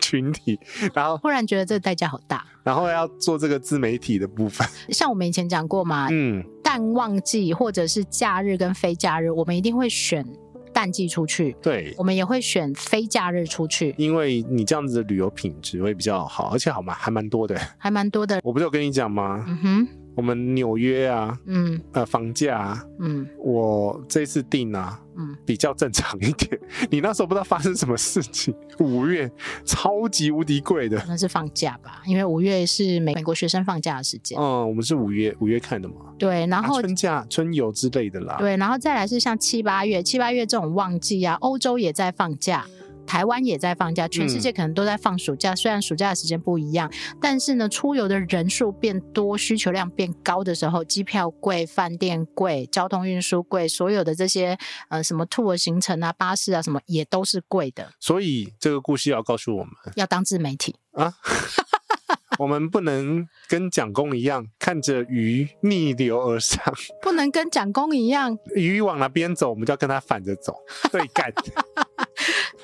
Speaker 2: 群体，然后
Speaker 1: 忽然觉得这个代价好大。
Speaker 2: 然后要做这个自媒体的部分。
Speaker 1: 像我们以前讲过嘛，
Speaker 2: 嗯，
Speaker 1: 淡旺季或者是假日跟非假日，我们一定会选淡季出去，
Speaker 2: 对，
Speaker 1: 我们也会选非假日出去，
Speaker 2: 因为你这样子的旅游品质会比较好，而且好嘛，还蛮多的。
Speaker 1: 还蛮多的。
Speaker 2: 我不是有跟你讲吗？
Speaker 1: 嗯哼，
Speaker 2: 我们纽约啊，
Speaker 1: 嗯
Speaker 2: 呃，房价啊，
Speaker 1: 嗯
Speaker 2: 我这次订啊，
Speaker 1: 嗯，
Speaker 2: 比较正常一点。 你那时候不知道发生什么事情，五月超级无敌贵的
Speaker 1: 可。能是放假吧，因为五月是美美国学生放假的时间。
Speaker 2: 嗯，我们是五月五月看的嘛，
Speaker 1: 对，然
Speaker 2: 啊
Speaker 1: 后、
Speaker 2: 春假、春游之类的啦。，
Speaker 1: 对，然后再来是像七八月，七八月这种旺季啊，欧洲也在放假。台湾也在放假，全世界可能都在放暑假。虽然暑假的时间不一样，但是呢，出游的人数变多，需求量变高的时候，机票贵、饭店贵、交通运输贵，所有的这些呃什么 tour 行程啊、巴士啊什么也都是贵的。
Speaker 2: 所以这个故事要告诉我们
Speaker 1: 要当自媒体，
Speaker 2: 啊。我们不能跟蒋公一样，看着鱼逆流而上，
Speaker 1: 不能跟蒋公一样。
Speaker 2: 鱼往哪边走，我们就要跟它反着走，对干。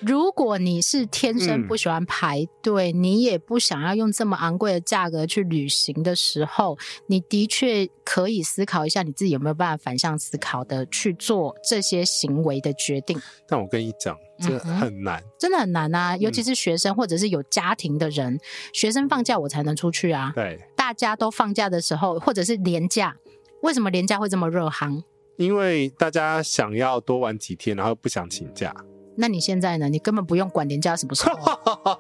Speaker 1: 如果你是天生
Speaker 2: 嗯
Speaker 1: 不喜欢排队，你也不想要用这么昂贵的价格去旅行的时候，你的确可以思考一下，你自己有没有办法反向思考的去做这些行为的决定，
Speaker 2: 但我跟你讲，这
Speaker 1: 嗯
Speaker 2: 很难。
Speaker 1: 真的很难啊！尤其是学生或者是有家庭的人，学生放假我才能出去啊。
Speaker 2: 对，
Speaker 1: 大家都放假的时候，或者是年假，为什么年假会这么热行？
Speaker 2: 因为大家想要多玩几天，然后不想请假，
Speaker 1: 那你现在呢？你根本不用管年假什么时候啊、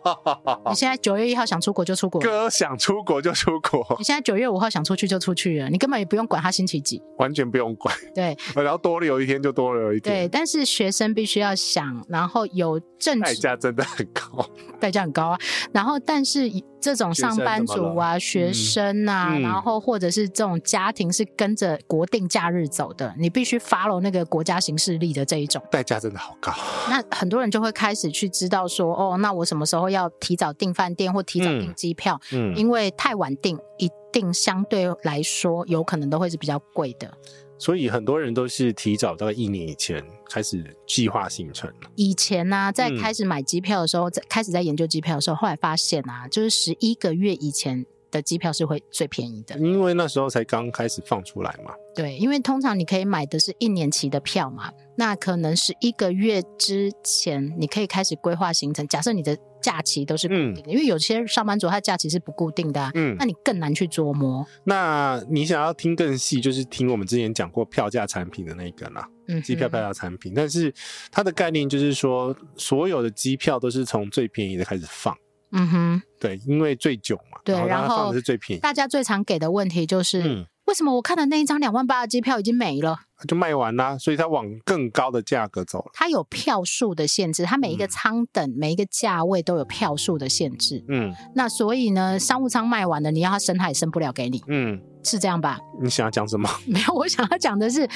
Speaker 1: 你现在九月一号想出国就出国，
Speaker 2: 哥想出国就出国，
Speaker 1: 你现在九月五号想出去就出去了，你根本也不用管他星期几。
Speaker 2: 完全不用管，
Speaker 1: 对
Speaker 2: 然后多留一天就多留一
Speaker 1: 对，
Speaker 2: 天，
Speaker 1: 但是学生必须要想，然后有正
Speaker 2: 代
Speaker 1: 职
Speaker 2: 价真的很高。
Speaker 1: 代价很高啊。然后，但是以这种上班族啊、学生啊，
Speaker 2: 嗯嗯
Speaker 1: 然后或者是这种家庭是跟着国定假日走的，你必须 follow 那个国家行事历的这一种。
Speaker 2: 代价真的好高，
Speaker 1: 那很多人就会开始去知道说，哦，那我什么时候要提早订饭店或提早订
Speaker 2: 嗯
Speaker 1: 机票，
Speaker 2: 嗯，
Speaker 1: 因为太晚订一定相对来说有可能都会是比较贵的。
Speaker 2: 所以很多人都是提早大概一年以前开始计划行程，
Speaker 1: 以前呢、在
Speaker 2: 嗯
Speaker 1: 开始买机票的时候，在开始在研究机票的时候，后来发现啊，就是十一个月以前的机票是会最便宜的。
Speaker 2: 因为那时候才刚开始放出来嘛。
Speaker 1: 对，因为通常你可以买的是一年期的票嘛，那可能十一个月之前你可以开始规划行程。假设你的假期都是固定的，因为有些上班族他的假期是不固定的、啊，
Speaker 2: 嗯
Speaker 1: 那，你更难去琢磨。
Speaker 2: 那你想要听更细，就是听我们之前讲过票价产品的那个啦，
Speaker 1: 嗯哼，
Speaker 2: 机票票价产品。但是它的概念就是说，所有的机票都是从最便宜的开始放，
Speaker 1: 嗯哼，
Speaker 2: 对，因为最久嘛，
Speaker 1: 对
Speaker 2: 然后
Speaker 1: 然
Speaker 2: 它
Speaker 1: 后
Speaker 2: 放的是最便宜，
Speaker 1: 大家最常给的问题就是，
Speaker 2: 嗯，
Speaker 1: 为什么我看的那一张两万八的机票已经没了？
Speaker 2: 就卖完啦，所以它往更高的价格走了。
Speaker 1: 它有票数的限制，它每一个
Speaker 2: 嗯
Speaker 1: 舱等、每一个价位都有票数的限制。
Speaker 2: 嗯
Speaker 1: 那所以呢，商务舱卖完了，你要它升，它也升不了给你，
Speaker 2: 嗯，
Speaker 1: 是这样吧？
Speaker 2: 你想要讲什么？
Speaker 1: 没有，我想要讲的是，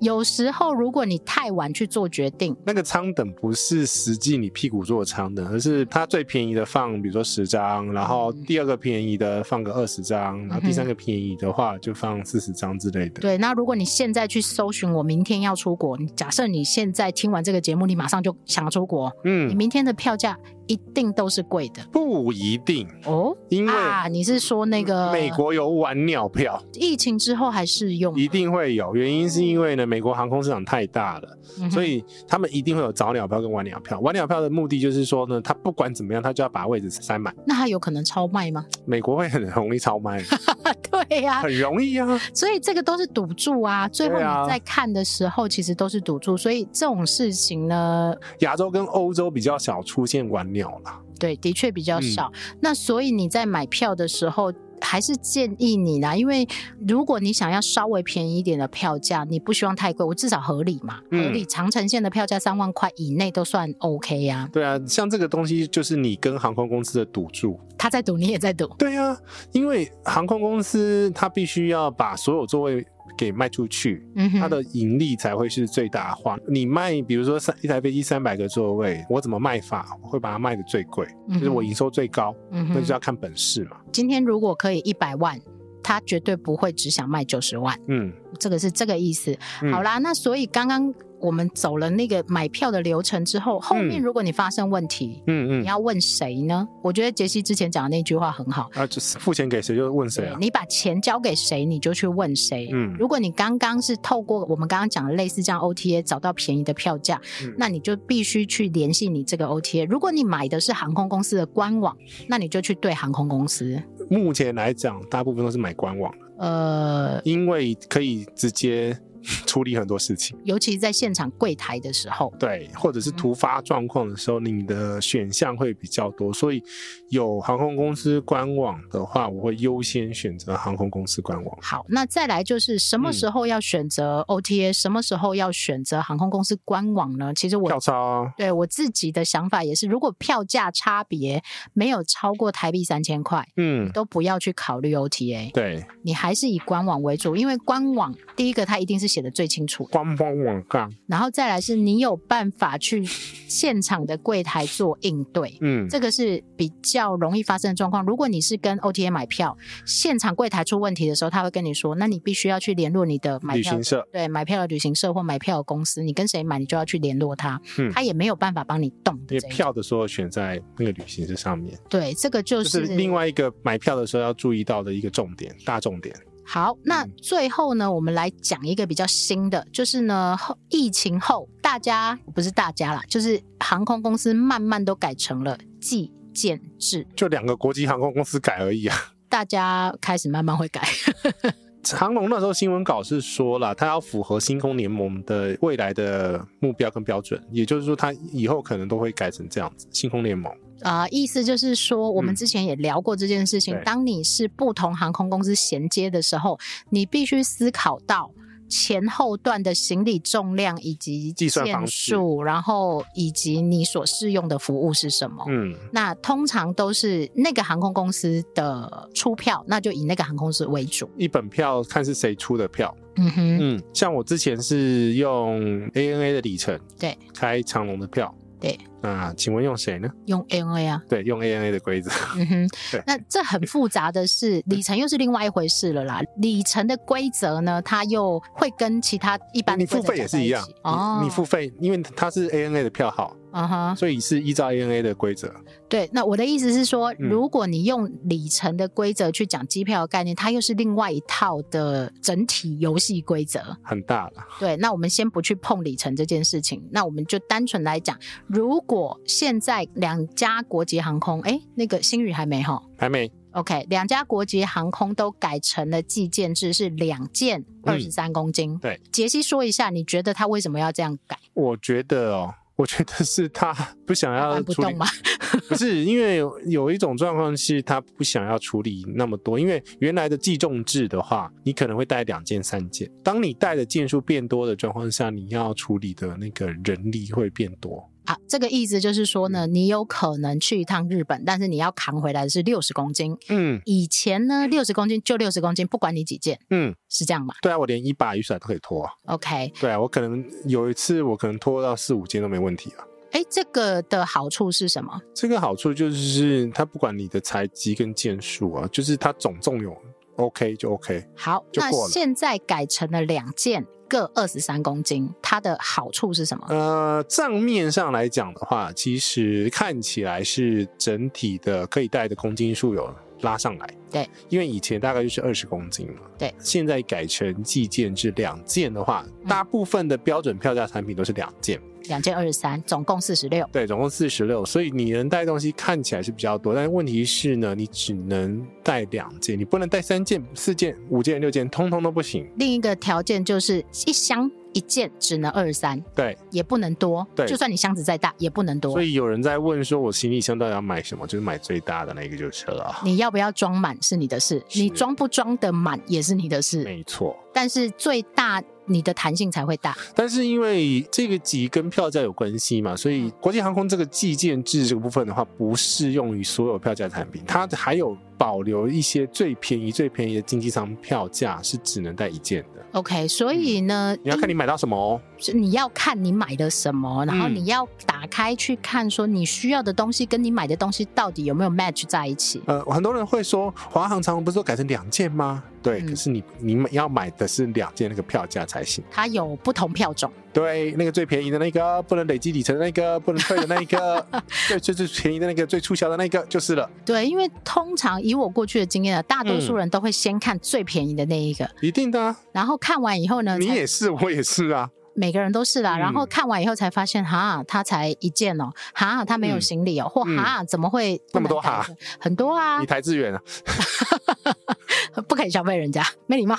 Speaker 1: 有时候如果你太晚去做决定，
Speaker 2: 那个舱等不是实际你屁股坐的舱等，而是它最便宜的放，比如说十张，然后
Speaker 1: 嗯
Speaker 2: 第二个便宜的放个二十张，然后第三个便宜的话就放四十张之类的。
Speaker 1: 对，那如果你现在去搜寻我明天要出国，你假设你现在听完这个节目，你马上就想要出国，你
Speaker 2: 嗯，
Speaker 1: 明天的票价一定都是贵的
Speaker 2: 不一定，
Speaker 1: 哦。
Speaker 2: 因为
Speaker 1: 啊，你是说那个
Speaker 2: 美国有晚鸟票，
Speaker 1: 疫情之后还适用吗？
Speaker 2: 一定会有。原因是因为呢，美国航空市场太大了，
Speaker 1: 嗯哼
Speaker 2: 所以他们一定会有早鸟票跟晚鸟票。晚鸟票的目的就是说呢，它不管怎么样，它就要把位置塞满。
Speaker 1: 那它有可能超卖吗？
Speaker 2: 美国会很容易超卖，
Speaker 1: 对呀、
Speaker 2: 很容易啊。
Speaker 1: 所以这个都是赌注啊。最后
Speaker 2: 对啊
Speaker 1: 你在看的时候，其实都是赌注，所以这种事情呢，
Speaker 2: 亚洲跟欧洲比较少出现晚鸟啦。
Speaker 1: 对，的确比
Speaker 2: 嗯
Speaker 1: 较少。那所以你在买票的时候。还是建议你啦，因为如果你想要稍微便宜一点的票价，你不希望太贵，我至少合理嘛，
Speaker 2: 嗯
Speaker 1: 合理。长城线的票价三万块以内都算 OK 呀、
Speaker 2: 对啊，像这个东西就是你跟航空公司的赌注。
Speaker 1: 他在赌，你也在赌，
Speaker 2: 对啊，因为航空公司它必须要把所有座位给卖出去，
Speaker 1: 嗯
Speaker 2: 它
Speaker 1: 哼，
Speaker 2: 的盈利才会是最大化。你卖，比如说三一台飞机三百个座位，我怎么卖法会把它卖的最贵，
Speaker 1: 嗯
Speaker 2: 就是
Speaker 1: 哼
Speaker 2: 我营收最高，
Speaker 1: 嗯
Speaker 2: 那
Speaker 1: 哼，
Speaker 2: 就要看本事嘛。
Speaker 1: 今天如果可以一百万，他绝对不会只想卖九十万。
Speaker 2: 嗯，
Speaker 1: 这个是这个意思。
Speaker 2: 嗯
Speaker 1: 好啦，那所以刚刚我们走了那个买票的流程之后，后面如果你发生问题，
Speaker 2: 嗯
Speaker 1: 你
Speaker 2: 嗯，
Speaker 1: 要问谁呢？我觉得杰西之前讲的那句话很好。
Speaker 2: 啊，就是付钱给谁就问谁
Speaker 1: 对
Speaker 2: 啊。
Speaker 1: 你把钱交给谁，你就去问谁。
Speaker 2: 嗯
Speaker 1: 如果你刚刚是透过我们刚刚讲的类似这样 OTA 找到便宜的票价，
Speaker 2: 嗯
Speaker 1: 那你就必须去联系你这个 OTA。如果你买的是航空公司的官网，那你就去对航空公司。
Speaker 2: 目前来讲，大部分都是买官网的，
Speaker 1: 呃，
Speaker 2: 因为可以直接处理很多事情。
Speaker 1: 尤其是在现场柜台的时候，
Speaker 2: 对，或
Speaker 1: 嗯
Speaker 2: 者是突发状况的时候，你的选项会比较多，所以有航空公司官网的话，我会优先选择航空公司官网。
Speaker 1: 好，那再来就是什么时候要选择 OTA，、什么时候要选择航空公司官网呢？其实
Speaker 2: 跳
Speaker 1: 我
Speaker 2: 槽啊，
Speaker 1: 对我自己的想法也是，如果票价差别没有超过台币三千块，
Speaker 2: 嗯，
Speaker 1: 都不要去考虑 OTA，
Speaker 2: 对，
Speaker 1: 你还是以官网为主，因为官网第一个它一定是写的最清楚的，
Speaker 2: 官方网站，
Speaker 1: 然后再来是你有办法去现场的柜台做应对。
Speaker 2: 嗯，
Speaker 1: 这个是比较容易发生的状况。如果你是跟 OTA 买票，现场柜台出问题的时候，他会跟你说，那你必须要去联络你的买
Speaker 2: 旅
Speaker 1: 票
Speaker 2: 行社，
Speaker 1: 对买票的旅行社或买票的公司，你跟谁买，你就要去联络他，
Speaker 2: 嗯
Speaker 1: 他也没有办法帮你动
Speaker 2: 因
Speaker 1: 的
Speaker 2: 为
Speaker 1: 这一种。
Speaker 2: 票的时候选在那个旅行社上面，
Speaker 1: 对，这个就
Speaker 2: 这
Speaker 1: 是
Speaker 2: 是另外一个买票的时候要注意到的一个重点，大重点。
Speaker 1: 好。那
Speaker 2: 嗯
Speaker 1: 最后呢，我们来讲一个比较新的，就是呢，后疫情后大家不是大家啦，就是航空公司慢慢都改成了计件制，
Speaker 2: 就两个国际航空公司改而已啊，
Speaker 1: 大家开始慢慢会改。
Speaker 2: 长龙那时候新闻稿是说了，它要符合星空联盟的未来的目标跟标准，也就是说，它以后可能都会改成这样子。星空联盟，
Speaker 1: 啊、意思就是说，我们
Speaker 2: 嗯
Speaker 1: 之前也聊过这件事情。
Speaker 2: 对
Speaker 1: 当你是不同航空公司衔接的时候，你必须思考到前后段的行李重量以及
Speaker 2: 计算
Speaker 1: 件
Speaker 2: 方式
Speaker 1: 数，然后以及你所适用的服务是什么。
Speaker 2: 嗯，
Speaker 1: 那通常都是那个航空公司的出票，那就以那个航空公司为主。
Speaker 2: 一本票看是谁出的票。
Speaker 1: 嗯哼，
Speaker 2: 嗯，像我之前是用 ANA 的里程，
Speaker 1: 对，
Speaker 2: 开长龙的票，
Speaker 1: 对。
Speaker 2: 那请问用谁呢？
Speaker 1: 用 ANA 啊，
Speaker 2: 对，用 ANA 的规则。
Speaker 1: 嗯哼
Speaker 2: 对，
Speaker 1: 那这很复杂的是里程又是另外一回事了啦。里程的规则呢，它又会跟其他一般的
Speaker 2: 你付费也是一样
Speaker 1: 规则，讲在
Speaker 2: 你
Speaker 1: 起哦
Speaker 2: 你付，费，因为它是 ANA 的票号，
Speaker 1: 嗯哼，
Speaker 2: 所以是依照 ANA 的规则。
Speaker 1: 对。那我的意思是说，
Speaker 2: 嗯
Speaker 1: 如果你用里程的规则去讲机票的概念，它又是另外一套的整体游戏规则。
Speaker 2: 很大了，
Speaker 1: 对，那我们先不去碰里程这件事情，那我们就单纯来讲，如果现在两家国际航空，哎，那个星宇还没哈
Speaker 2: 还没
Speaker 1: ，OK，两家国际航空都改成了计件制，是两件二十三公斤、
Speaker 2: 嗯对，
Speaker 1: 杰西说一下，你觉得他为什么要这样改？
Speaker 2: 我觉得哦，我觉得是他不想要
Speaker 1: 搬不
Speaker 2: 呃处理
Speaker 1: 动，吗？
Speaker 2: 不是因为有有一种状况是他不想要处理那么多，因为原来的计重制的话，你可能会带两件、三件。当你带的件数变多的状况下，你要处理的那个人力会变多。
Speaker 1: 啊，这个意思就是说
Speaker 2: 嗯
Speaker 1: 呢，你有可能去一趟日本，但是你要扛回来的是六十公斤。
Speaker 2: 嗯
Speaker 1: 以前呢，六十公斤就六十公斤，不管你几件，
Speaker 2: 嗯，
Speaker 1: 是这样嘛
Speaker 2: 对啊，我连一把雨伞都可以拖啊。
Speaker 1: ？OK，
Speaker 2: 对啊，我可能有一次我可能拖到四五件都没问题啊。
Speaker 1: 哎，这个的好处是什么？
Speaker 2: 这个好处就是它不管你的材积跟件数啊，就是它总重有 OK 就 OK。
Speaker 1: 好，
Speaker 2: 就
Speaker 1: 那
Speaker 2: 过了
Speaker 1: 现在改成了两件，各二十三公斤，它的好处是什么？
Speaker 2: 呃，账面上来讲的话，其实看起来是整体的可以带的公斤数有拉上来。
Speaker 1: 对，
Speaker 2: 因为以前大概就是二十公斤嘛。
Speaker 1: 对，嗯
Speaker 2: 现在改成计件制两件的话，大部分的标准票价产品都是两件，
Speaker 1: 两件二十三，总共四十六。
Speaker 2: 对，总共四十六，所以你能带东西看起来是比较多，但是问题是呢，你只能带两件，你不能带三件、四件、五件、六件，通通都不行。
Speaker 1: 另一个条件就是一箱一件只能二十三，
Speaker 2: 对，
Speaker 1: 也不能多。
Speaker 2: 对
Speaker 1: 就算你箱子再大，也不能多
Speaker 2: 所。以有人在问说，我行李箱到底要买什么？就是买最大的那个就是了啊。
Speaker 1: 你要不要装满是你的事，
Speaker 2: 是
Speaker 1: 你装不装得满也是你的事。
Speaker 2: 没错，
Speaker 1: 但是最大你的弹性才会大。
Speaker 2: 但是因为这个级跟票价有关系嘛，所以国际航空这个计件制这个部分的话，不适用于所有票价产品，它还有保留一些最便宜、最便宜的经济舱票价是只能带一件的。
Speaker 1: OK，所以呢，
Speaker 2: 嗯你要看你买到什么哦。
Speaker 1: 是你要看你买的什么，然后
Speaker 2: 嗯
Speaker 1: 你要打开去看，说你需要的东西跟你买的东西到底有没有 match 在一起。
Speaker 2: 呃，很多人会说，华航、长荣不是都改成两件吗？对，
Speaker 1: 嗯
Speaker 2: 可是你你们要买的是两件那个票价才行。
Speaker 1: 它有不同票种，
Speaker 2: 对，那个最便宜的那个，不能累积里程的那个，不能退的那个， 最最最便宜的那个，最促销的那个就是了，
Speaker 1: 对，因为通常以我过去的经验啊，大多
Speaker 2: 嗯
Speaker 1: 数人都会先看最便宜的那一个，
Speaker 2: 一定的、啊。
Speaker 1: 然后看完以后呢，
Speaker 2: 你
Speaker 1: 嗯才
Speaker 2: 也是，我也是啊。
Speaker 1: 每个人都是啦，
Speaker 2: 嗯
Speaker 1: 然后看完以后才发现，哈，他才一件哦，哈，他没有
Speaker 2: 嗯
Speaker 1: 行李哦，或
Speaker 2: 嗯
Speaker 1: 哈，怎么会不
Speaker 2: 那
Speaker 1: 能
Speaker 2: 么多
Speaker 1: 带
Speaker 2: 哈
Speaker 1: 着？很多啊
Speaker 2: 你，台志远啊？
Speaker 1: 不可以消费人家， 没礼貌。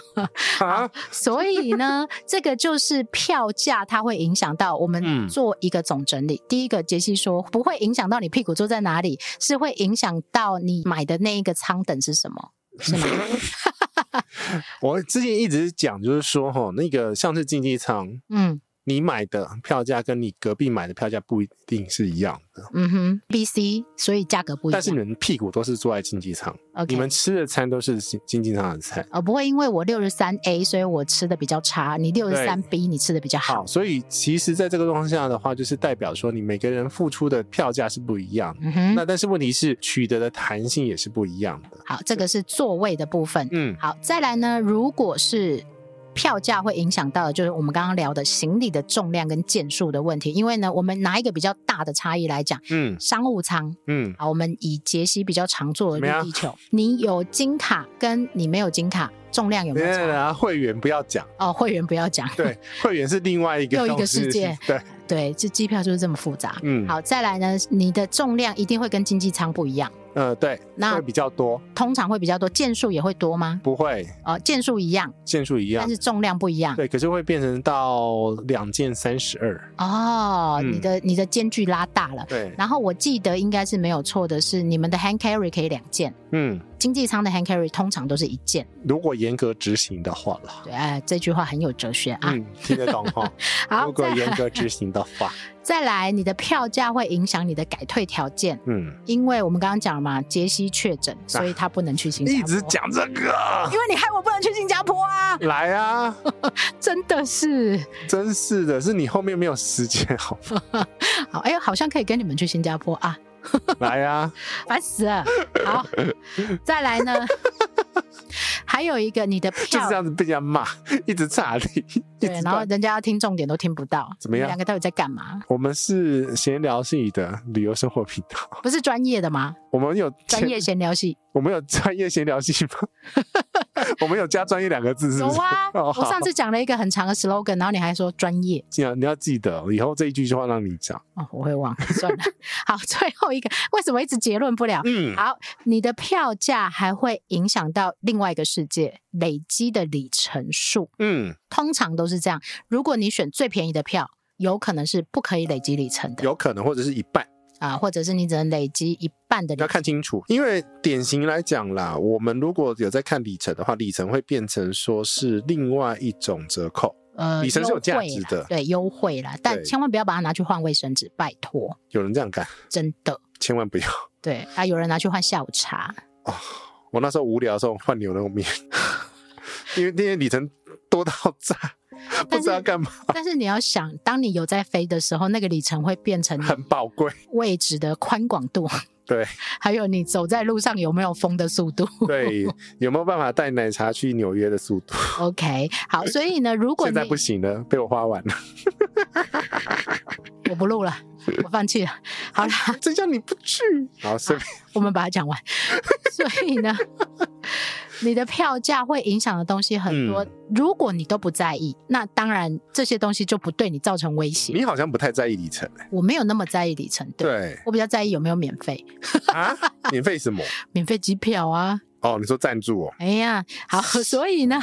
Speaker 2: 啊，
Speaker 1: 所以呢，这个就是票价，它会影响到我们
Speaker 2: 嗯
Speaker 1: 做一个总整理。第一个，杰西说不会影响到你屁股坐在哪里，是会影响到你买的那一个舱等是什么，是吗？
Speaker 2: 我之前一直讲，就是说哈，那个像是经济舱，
Speaker 1: 嗯
Speaker 2: 你买的票价跟你隔壁买的票价不一定是一样的，
Speaker 1: 嗯哼，B、C，所以价格不一样。
Speaker 2: 但是你们屁股都是坐在经济舱，
Speaker 1: OK
Speaker 2: 你们吃的餐都是经经济舱的菜。
Speaker 1: 呃不会因为我六十三 A，所以我吃的比较差，你六十三 B 你吃的比较好
Speaker 2: 好，。所以其实在这个状况下的话，就是代表说你每个人付出的票价是不一样的。
Speaker 1: 嗯哼，
Speaker 2: 那但是问题是取得的弹性也是不一样的。
Speaker 1: 好，这个是座位的部分。
Speaker 2: 嗯，
Speaker 1: 好，再来呢，如果是票价会影响到的，就是我们刚刚聊的行李的重量跟件数的问题。因为呢，我们拿一个比较大的差异来讲，
Speaker 2: 嗯
Speaker 1: 商务舱
Speaker 2: 嗯，
Speaker 1: 啊，我们以杰西比较常坐的
Speaker 2: 怎么
Speaker 1: 绿
Speaker 2: 样
Speaker 1: 地球，你有金卡跟你没有金卡重量有没
Speaker 2: 等
Speaker 1: 有
Speaker 2: 一下等一
Speaker 1: 差？
Speaker 2: 下，啊会员不要讲，
Speaker 1: 哦，会员不要讲，
Speaker 2: 对，会员是另外一个
Speaker 1: 又一个
Speaker 2: 东西
Speaker 1: 世界
Speaker 2: 对，
Speaker 1: 对，这机票就是这么复杂。
Speaker 2: 嗯，
Speaker 1: 好，再来呢，你的重量一定会跟经济舱不一样。
Speaker 2: 呃，对，
Speaker 1: 那
Speaker 2: 会比较多，
Speaker 1: 通常会比较多，件数也会多吗？
Speaker 2: 不会
Speaker 1: 呃，件数一样，
Speaker 2: 件数一样
Speaker 1: 但。是重量不一样。
Speaker 2: 对，可是会变成到两件三十二。
Speaker 1: 哦，
Speaker 2: 嗯
Speaker 1: 你的你的间距拉大了。
Speaker 2: 对，
Speaker 1: 然后我记得应该是没有错的是，你们的 hand carry 可以两件，
Speaker 2: 嗯，
Speaker 1: 经济舱的 hand carry 通常都是一件。
Speaker 2: 如果严格执行的话啦，
Speaker 1: 对，哎，这句话很有哲学啊。
Speaker 2: 嗯，听得懂哈。
Speaker 1: 好，
Speaker 2: 如果
Speaker 1: 再
Speaker 2: 严
Speaker 1: 来
Speaker 2: 格执行的话，
Speaker 1: 再来，你的票价会影响你的改退条件，
Speaker 2: 嗯，
Speaker 1: 因为我们刚刚讲了嘛，杰西确诊，所以他不能去新加坡。
Speaker 2: 啊一直，讲这个，
Speaker 1: 因为你害我不能去新加坡啊，
Speaker 2: 来啊，
Speaker 1: 真的是。
Speaker 2: 真是的，是你后面没有时间好 吗？
Speaker 1: 好，哎呦，好像可以跟你们去新加坡啊，
Speaker 2: 来啊，
Speaker 1: 烦死了。好，再来呢，还有一个你的
Speaker 2: 就是
Speaker 1: 票
Speaker 2: 这样子被人家骂，一直岔题，一
Speaker 1: 对，
Speaker 2: 直
Speaker 1: 然后
Speaker 2: 断。
Speaker 1: 人家要听重点都听不到，
Speaker 2: 怎么
Speaker 1: 你
Speaker 2: 样
Speaker 1: 们两个到底在干嘛？
Speaker 2: 我们是闲聊系的旅游生活频道，
Speaker 1: 不是专业的吗？
Speaker 2: 我们有
Speaker 1: 专业闲聊系
Speaker 2: 我们有专业闲聊 系吗？我们有加“专业”两个 字，是
Speaker 1: 有
Speaker 2: 不是？
Speaker 1: 啊，
Speaker 2: 哦
Speaker 1: 我上
Speaker 2: 好
Speaker 1: 次讲了一个很长的 slogan，然后你还说专业
Speaker 2: 这样你要记得，哦以后这一句就话让你讲。
Speaker 1: 哦，我会忘，算了。 好，最后一个为什么一直结论不了？
Speaker 2: 嗯，
Speaker 1: 好，你的票价还会影响到另外一个世界累积的里程数，
Speaker 2: 嗯，
Speaker 1: 通常都是这样。如果你选最便宜的票，有可能是不可以累积里程的
Speaker 2: 有可能或者是一半，
Speaker 1: 啊、或者是你只能累积一半的里
Speaker 2: 要看清楚。因为典型来讲啦，我们如果有在看里程的话，里程会变成说是另外一种折扣，
Speaker 1: 呃
Speaker 2: 里程是有
Speaker 1: 优
Speaker 2: 价
Speaker 1: 惠
Speaker 2: 值
Speaker 1: 啦
Speaker 2: 的
Speaker 1: 对优惠啦，但
Speaker 2: 对
Speaker 1: 千万不要把它拿去换卫生纸，拜托，
Speaker 2: 有人这样干，
Speaker 1: 真的。
Speaker 2: 千万不要。
Speaker 1: 对啊，有人拿去换下午
Speaker 2: 啊
Speaker 1: 茶，
Speaker 2: 我那时候无聊的时候换牛肉面，因为那些里程多到炸，不知道干嘛，
Speaker 1: 但是你要想，当你有在飞的时候，那个里程会变 成你
Speaker 2: 很宝 贵。
Speaker 1: 位置的宽广度，
Speaker 2: 对
Speaker 1: 还有你走在路上有没有风的速度。
Speaker 2: 对，有没有办法带奶茶去纽约的速 度？
Speaker 1: OK，好，所以呢，如果
Speaker 2: 现
Speaker 1: 你
Speaker 2: 在不行了，被我花完 了。
Speaker 1: 我不录 了，我放弃了。好啦，
Speaker 2: 真叫你不去，然后顺便
Speaker 1: 我们把它讲完。 所以呢，你的票价会影响的东西很多，
Speaker 2: 嗯
Speaker 1: 如果你都不在意，那当然这些东西就不对你造成威胁。
Speaker 2: 你好像不太在意里程、欸。
Speaker 1: 我没有那么在意里程，对。
Speaker 2: 对
Speaker 1: 我比较在意有没有免费，
Speaker 2: 啊，免费什么？
Speaker 1: 免费机票啊！
Speaker 2: 哦，你说赞助哦？
Speaker 1: 哎呀，好，所以呢，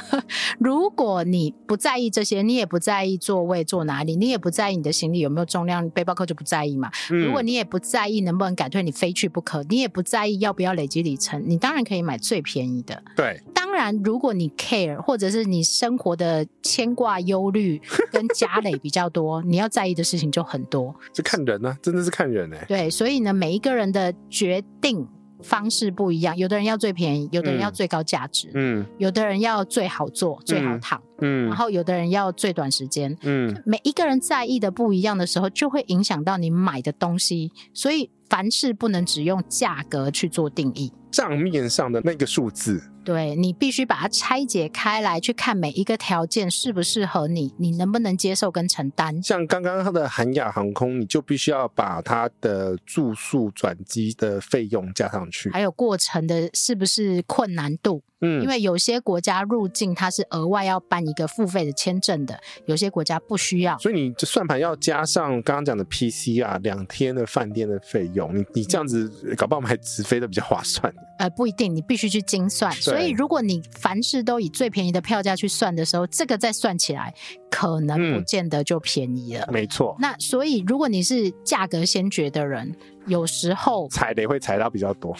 Speaker 1: 如果你不在意这些，你也不在意座位坐哪里，你也不在意你的行李有没有重量，背包客就不在意嘛。
Speaker 2: 嗯
Speaker 1: 如果你也不在意能不能改退，你非去不可，你也不在意要不要累积里程，你当然可以买最便宜的。
Speaker 2: 对，
Speaker 1: 当然，如果你 care 或者是你生活的牵挂、忧 虑跟家累比较多，你要在意的事情就很多。
Speaker 2: 这看人呢、真的是看人哎、
Speaker 1: 对，所以呢，每一个人的决定方式不一样，有的人要最便宜，有的人要
Speaker 2: 嗯
Speaker 1: 最高价值，
Speaker 2: 嗯
Speaker 1: 有的人要最好做、最好
Speaker 2: 嗯
Speaker 1: 躺，然
Speaker 2: 嗯
Speaker 1: 后有的人要最短时间。
Speaker 2: 嗯，
Speaker 1: 每一个人在意的不一样的时候，就会影响到你买的东西，所以凡事不能只用价格去做定义。
Speaker 2: 账面上的那个数字，
Speaker 1: 对你必须把它拆解开来，去看每一个条件适不适合你，你能不能接受跟承担。
Speaker 2: 像刚刚他的韩亚航空，你就必须要把它的住宿转机的费用加上去。
Speaker 1: 还有过程的是不是困难度？
Speaker 2: 嗯，
Speaker 1: 因为有些国家入境它是额外要办一个付费的签证的，有些国家不需要。
Speaker 2: 所以你这算盘要加上刚刚讲的 PCR 两天的饭店的费用，你你这样子
Speaker 1: 嗯
Speaker 2: 搞不好买直飞的比较划算。啊
Speaker 1: 呃，不一定，你必须去精算。所以，如果你凡事都以最便宜的票价去算的时候，这个再算起来，可能不
Speaker 2: 嗯
Speaker 1: 见得就便宜了。
Speaker 2: 没错，
Speaker 1: 那所以，如果你是价格先觉的人，有时候，
Speaker 2: 踩雷会踩到比较 多，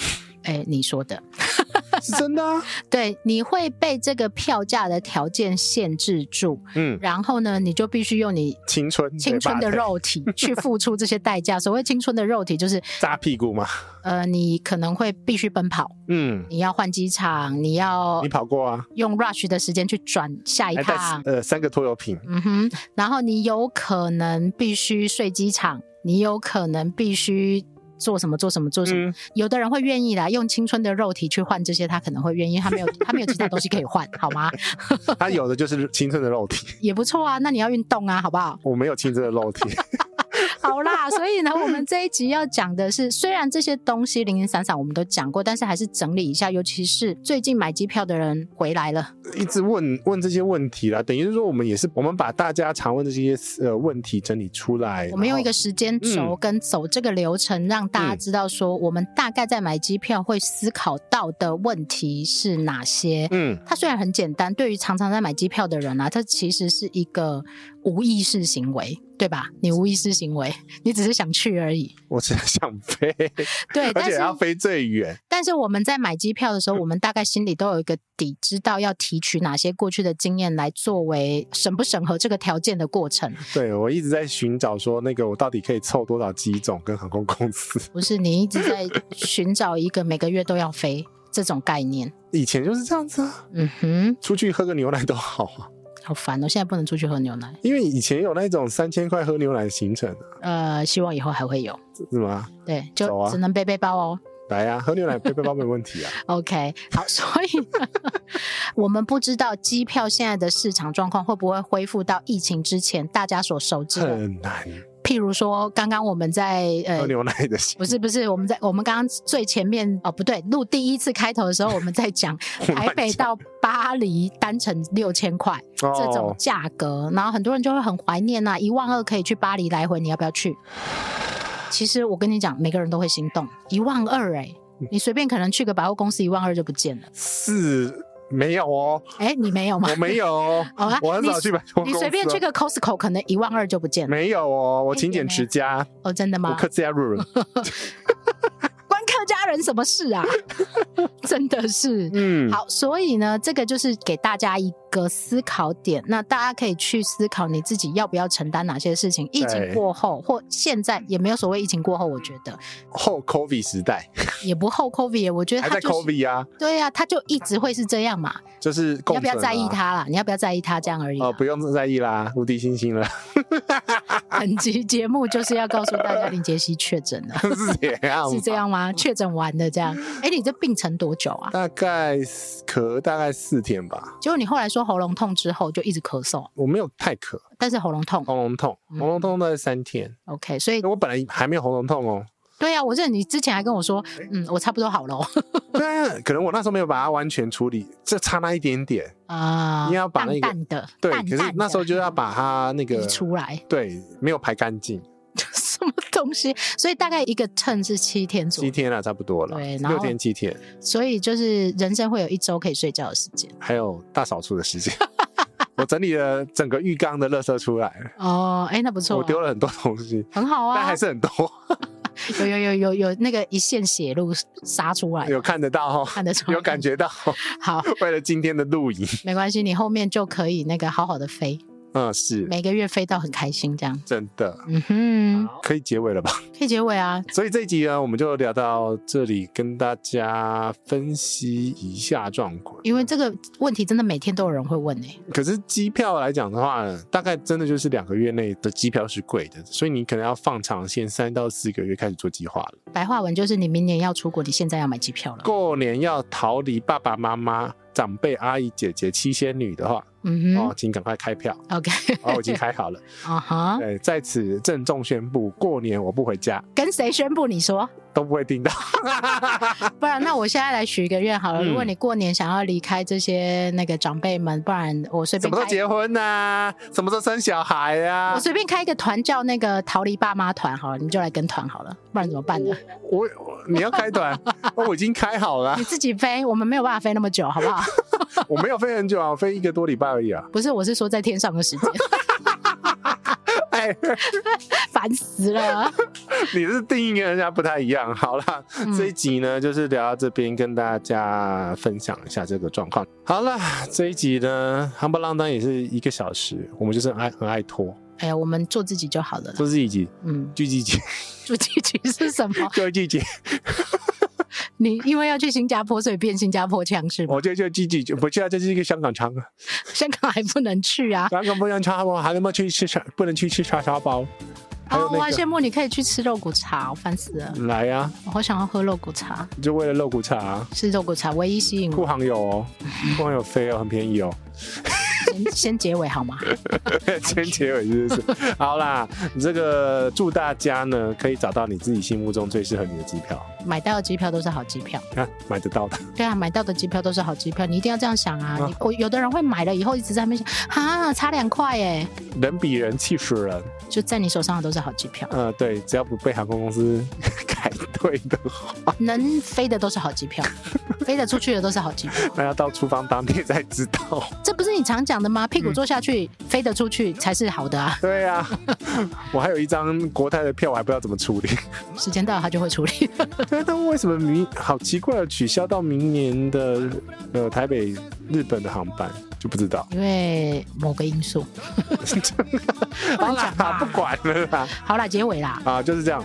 Speaker 1: 哎，你说的，
Speaker 2: 是真 的、啊。
Speaker 1: 对，你会被这个票价的条件限制住，
Speaker 2: 嗯，
Speaker 1: 然后呢，你就必须用你
Speaker 2: 青春
Speaker 1: 青春的
Speaker 2: 嗯对吧
Speaker 1: 肉 体去付出这些代价。所谓青春的肉体，就是
Speaker 2: 扎屁股嘛。
Speaker 1: 呃，你可能会必须奔跑，
Speaker 2: 嗯，
Speaker 1: 你要换机场，你要
Speaker 2: 你跑过啊？
Speaker 1: 用 rush 的时间去转下一
Speaker 2: 还带
Speaker 1: 趟，
Speaker 2: 呃三个拖油瓶。
Speaker 1: 嗯哼，然后你有可能必须睡机场，你有可能必须。做什么做什么做什么？
Speaker 2: 嗯
Speaker 1: 有的人会愿意啦，用青春的肉体去换这些，他可能会愿意，他没有他没有其他东西可以换，好吗？
Speaker 2: 他有的就是青春的肉体，
Speaker 1: 也不错啊，那你要运动啊，好不好？
Speaker 2: 我没有青春的肉体。
Speaker 1: 好啦，啦，所以呢，我们这一集要讲的是，虽然这些东西零零散散我们都讲过，但是还是整理一下，尤其是最近买机票的人回来了，
Speaker 2: 一直问问这些问题啦，等于是说我们也是我们把大家常问的这些呃问题整理出来，
Speaker 1: 我们用
Speaker 2: 然后
Speaker 1: 一个时间轴
Speaker 2: 嗯
Speaker 1: 跟走这个流程，让大家知道说，我们大概在买机票会思考到的问题是哪些。
Speaker 2: 嗯
Speaker 1: 它虽然很简单，对于常常在买机票的人啊，它其实是一个无意识行为，对吧？你无意识行为，你只是想去而已。
Speaker 2: 我只是想飞，
Speaker 1: 对，
Speaker 2: 而
Speaker 1: 但
Speaker 2: 且
Speaker 1: 是
Speaker 2: 要飞最远，
Speaker 1: 但是我们在买机票的
Speaker 2: 嗯
Speaker 1: 时候，我们大概心里都有一个底，知道要提取哪些过去的经验来作为审不审核这个条件的过 程。
Speaker 2: 对我一直在寻找说那个我到底可以凑多少机种跟航空公司，
Speaker 1: 不是你一直在寻找一个每个月都要飞这种概念。
Speaker 2: 以前就是这样子啊，
Speaker 1: 嗯哼，
Speaker 2: 出去喝个牛奶都好啊，
Speaker 1: 好烦哦！现在不能出去喝牛奶，
Speaker 2: 因为以前有那种三千块喝牛奶的行程啊，
Speaker 1: 呃，希望以后还会有。
Speaker 2: 是吗？
Speaker 1: 对，
Speaker 2: 走
Speaker 1: 就
Speaker 2: 啊
Speaker 1: 只能背背包哦。
Speaker 2: 来呀、啊，喝牛奶 背背包没问题啊，
Speaker 1: OK，好，所以 呢我们不知道机票现在的市场状况会不会恢复到疫情之前大家所熟知的，
Speaker 2: 很难
Speaker 1: 譬如说刚刚我们在呃
Speaker 2: 喝牛奶的行
Speaker 1: 不是不是，我们在我们刚刚最前面哦，不对，录第一次开头的时候，我们在 讲台北到巴黎单程六千块
Speaker 2: 程
Speaker 1: 这种
Speaker 2: 哦
Speaker 1: 价格，然后很多人就会很怀念呐、啊，一万二可以去巴黎来回，你要不要去？其实我跟你讲，每个人都会心动，一万二哎、你随便可能去个百货公司，一万二就不见了。
Speaker 2: 是没有哦，
Speaker 1: 哎、你没有吗？，
Speaker 2: 我没有哦
Speaker 1: 好啊
Speaker 2: 我很少
Speaker 1: 你
Speaker 2: 去百货公
Speaker 1: 你
Speaker 2: 司哦，
Speaker 1: 随便去个 Costco，可能一万二就不见了。
Speaker 2: 没有哦，我
Speaker 1: 哎
Speaker 2: 勤
Speaker 1: 也
Speaker 2: 俭
Speaker 1: 没有
Speaker 2: 持家，
Speaker 1: 哦，真的
Speaker 2: 我
Speaker 1: 吗？
Speaker 2: 克制 下润润。
Speaker 1: 关客家人什么事啊？ 真的是。
Speaker 2: 嗯，
Speaker 1: 好，所以呢，这个就是给大家一个思考点，那大家可以去思考你自己要不要承担哪些事情。疫情
Speaker 2: 对
Speaker 1: 过后或现在也没有所谓疫情过后，我觉得
Speaker 2: 后 COVID 时代
Speaker 1: 也不后 COVID，我觉得
Speaker 2: 还
Speaker 1: 它
Speaker 2: 在
Speaker 1: 就是
Speaker 2: COVID 啊，
Speaker 1: 对啊，它就一直会是这样嘛。
Speaker 2: 就是
Speaker 1: 你
Speaker 2: 共
Speaker 1: 要不要
Speaker 2: 存
Speaker 1: 在意
Speaker 2: 啊？
Speaker 1: 它啦？你要不要在意它这样而已啊、
Speaker 2: 哦，不用在意啦，无敌星星了，
Speaker 1: 啊本集节目就是要告诉大家，林杰西确诊了，
Speaker 2: 是这样，
Speaker 1: 是这。样吗？确诊完的这样。哎，你这病程多久啊？
Speaker 2: 大概咳大概四天吧，
Speaker 1: 结果你后来说喉咙痛之后就一直咳嗽，
Speaker 2: 我没有太咳，
Speaker 1: 但是喉咙痛。
Speaker 2: 喉咙痛，
Speaker 1: 嗯
Speaker 2: 喉咙痛大概三天。
Speaker 1: OK，所以
Speaker 2: 我本来还没有喉咙痛 哦，
Speaker 1: 对啊，我记得你之前还跟我说，嗯，我差不多好了哦
Speaker 2: 但可能我那时候没有把它完全处理，这差那一点点。
Speaker 1: 啊，
Speaker 2: 你要把那个
Speaker 1: 淡淡的，
Speaker 2: 对，
Speaker 1: 淡
Speaker 2: 可
Speaker 1: 淡
Speaker 2: 是
Speaker 1: 的
Speaker 2: 那时候就要把它那个
Speaker 1: 移出来，
Speaker 2: 对，没有排干净，
Speaker 1: 什么东西？所以大概一个 turn 是七天左
Speaker 2: 七
Speaker 1: 右，
Speaker 2: 天啊了，差不多了，
Speaker 1: 对然后
Speaker 2: 六天七天，
Speaker 1: 所以就是人生会有一周可以睡觉的时间
Speaker 2: 还有大扫除的时间。 我整理了整个浴缸的垃圾出来了，
Speaker 1: 哦。哎，那不错
Speaker 2: 我
Speaker 1: 啊，
Speaker 2: 丢了很多东西，
Speaker 1: 很好
Speaker 2: 但
Speaker 1: 啊
Speaker 2: 还，是很多，
Speaker 1: 有有有有有那个一线血路杀出来，
Speaker 2: 有看得到哦，
Speaker 1: 看得出来，
Speaker 2: 有感。觉到哦。
Speaker 1: 好，
Speaker 2: 为了今天的录影，
Speaker 1: 没关系，你后面就可以那个好好的飞，
Speaker 2: 嗯，是
Speaker 1: 每个月飞到很开心这样。
Speaker 2: 真的，
Speaker 1: 嗯哼，
Speaker 2: 可以结尾了吧？
Speaker 1: 可以结尾啊。
Speaker 2: 所以这一集呢，我们就聊到这里，跟大家分析一下状况。
Speaker 1: 因为这个问题真的每天都有人会问诶、欸
Speaker 2: 可是机票来讲的话呢，大概真的就是两个月内的机票是贵的，所以你可能要放长线，三到四个月开始做计划了。
Speaker 1: 白话文就是你明年要出国，你现在要买机票了。
Speaker 2: 过年要逃离爸爸妈妈、长辈、阿姨、姐姐、七仙女的话，
Speaker 1: 嗯哼
Speaker 2: 哦，请赶快开 票。
Speaker 1: o k
Speaker 2: 哦，我已经开好了。
Speaker 1: 啊哈，
Speaker 2: 对，在此郑重宣布，过年我不回家，
Speaker 1: 跟谁宣布？你说，
Speaker 2: 都不会听到。
Speaker 1: 不然那我现在来许一个愿好了。
Speaker 2: 嗯
Speaker 1: 如果你过年想要离开这些那个长辈们，不然我随便
Speaker 2: 什么时候
Speaker 1: 开，
Speaker 2: 结啊婚呐、什么时候生小孩呀、
Speaker 1: 我随便开一个团叫那个逃离爸妈团好了，你就来跟团好了，不然怎么办 呢？
Speaker 2: 我我你要 开团，哦我已经开好了
Speaker 1: 你，自己飞，我们没有办法飞那么久，好 不好？
Speaker 2: 我没有飞很久啊，我飞一个多礼拜而已啊。
Speaker 1: 不是，我是说在天上的时间，
Speaker 2: 哎，
Speaker 1: 烦死了。
Speaker 2: 你是定义跟人家不太一样。好啦，
Speaker 1: 嗯
Speaker 2: 这一集呢就是聊到这边，跟大家分享一下这个状况。好啦，这一集呢，夯不啷当也是一个小时，我们就是很爱很爱拖，
Speaker 1: 哎呀，我们做自己就好了啦。
Speaker 2: 这是一集
Speaker 1: 嗯，
Speaker 2: 聚集 集，
Speaker 1: 做自己是什么？
Speaker 2: 就聚集，
Speaker 1: 你因为要去新加坡，所以变新加坡腔是吗？
Speaker 2: 我就就聚集，不是啊，这是一个香港腔啊，
Speaker 1: 香港还不能去啊！
Speaker 2: 香港不能叉包，还能不能去吃叉，不能去吃叉烧包，还有
Speaker 1: 哦，我好
Speaker 2: 那个。
Speaker 1: 羡慕你可以去吃肉骨茶，我烦死了！
Speaker 2: 来呀、
Speaker 1: 我好想要喝肉骨茶，
Speaker 2: 就为了肉骨茶、啊，
Speaker 1: 是肉骨茶唯一吸引我。
Speaker 2: 酷航有哦，酷航有飞哦，很便宜哦。
Speaker 1: 先 先结尾好吗？
Speaker 2: 先结尾是不是？好啦，这个祝大家呢可以找到你自己心目中最适合你的机票，
Speaker 1: 买到的机票都是好机票，
Speaker 2: 啊，买得到的。
Speaker 1: 对啊，买到的机票都是好机票，你一定要这样想啊！
Speaker 2: 啊
Speaker 1: 你我有的人会买了以后一直在那边想啊，差两块耶，
Speaker 2: 人比人气死人，
Speaker 1: 就在你手上的都是好机票，
Speaker 2: 呃，对，只要不被航空公司 改退的话，
Speaker 1: 能飞的都是好机 票，飞得出去的都是好机票。
Speaker 2: 那要到出方当天才知道。
Speaker 1: 这不是你常讲的吗？屁股坐下去，飞得出去才是好的啊！
Speaker 2: 对呀、我还有一张国泰的票，我还不知道怎么处理。
Speaker 1: 时间到了，他就会处理。
Speaker 2: 对，但为什么明好奇怪的取消到明年的呃台北日本的航班就不 知道。
Speaker 1: 因为某个因 素。
Speaker 2: 好
Speaker 1: 乱讲
Speaker 2: 啦
Speaker 1: 吧，
Speaker 2: 不管了啦，
Speaker 1: 好啦，结尾啦，
Speaker 2: 啊，就是这样，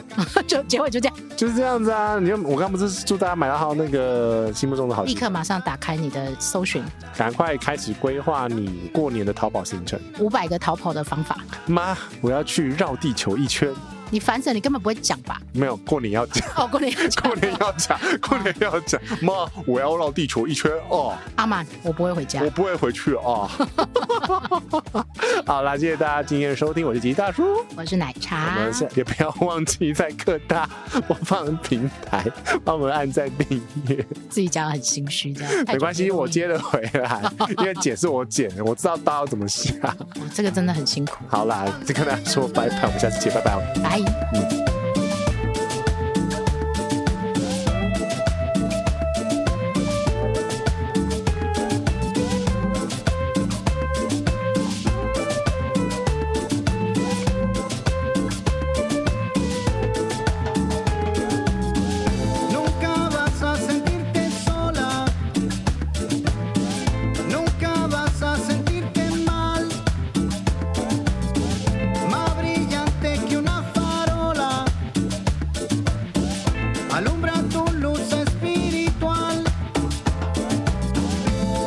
Speaker 1: 就结尾就这样，
Speaker 2: 就是这样子啊。你就我刚不是祝大家买到那个心目中的好
Speaker 1: 立
Speaker 2: 习
Speaker 1: 刻
Speaker 2: 惯，
Speaker 1: 马上打开你的搜寻
Speaker 2: 赶快开始规划你过年的淘宝行程。
Speaker 1: 五百个逃跑的方法。
Speaker 2: 妈，我要去绕地球一圈。
Speaker 1: 你烦死了，你根本不会讲 吧？
Speaker 2: 没有，过年要讲，
Speaker 1: 哦，过年要
Speaker 2: 过
Speaker 1: 讲。
Speaker 2: 年要讲，过年要讲。妈，我要绕地球一圈哦，
Speaker 1: 阿满，我不会回家
Speaker 2: 我。不会回去哦。 好啦，谢谢大家今天的收听，我是吉大叔。
Speaker 1: 我是奶
Speaker 2: 我
Speaker 1: 茶
Speaker 2: 们，下也不要忘记在各大播放平台帮我们按赞订阅，
Speaker 1: 自己讲得很心虚这样。太久
Speaker 2: 没关系，
Speaker 1: 录音
Speaker 2: 我接。了回来，因为剪是我剪的，我知道刀要怎么下。
Speaker 1: 我哦这个真的很辛苦。
Speaker 2: 好啦，就跟大家说拜拜，我们下次见，拜拜哦。
Speaker 1: 拜。
Speaker 4: Nunca vas a sentirte sola, nunca vas a sentirte mal, más brillante que una farola, alumbra tu luz espiritual,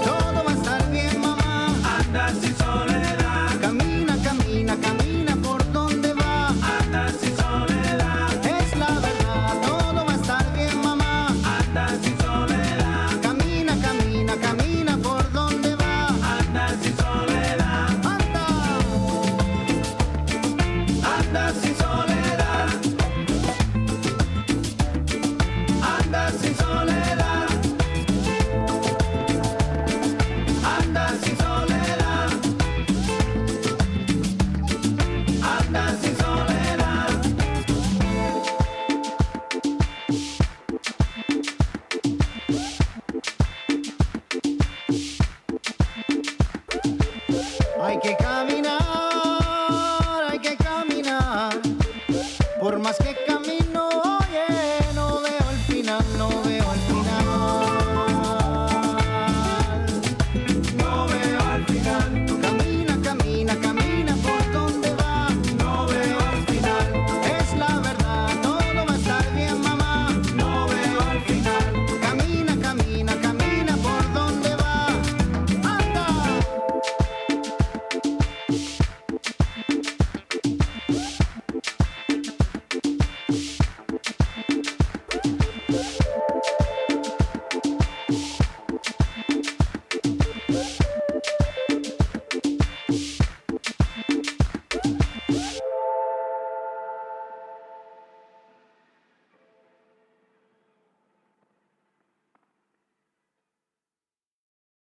Speaker 4: todo va a estar bien mamá, anda sin soledad, camina, camina, camina por donde va, anda sin soledad, es la verdad, todo va a estar bien mamá, anda sin soledad, camina, camina, camina por donde va, anda sin soledad, anda, anda sin soledad, anda sin soledad. Anda sin soledad. Anda sin soledad. Hay que caminar, hay que caminar. Por más que caminar.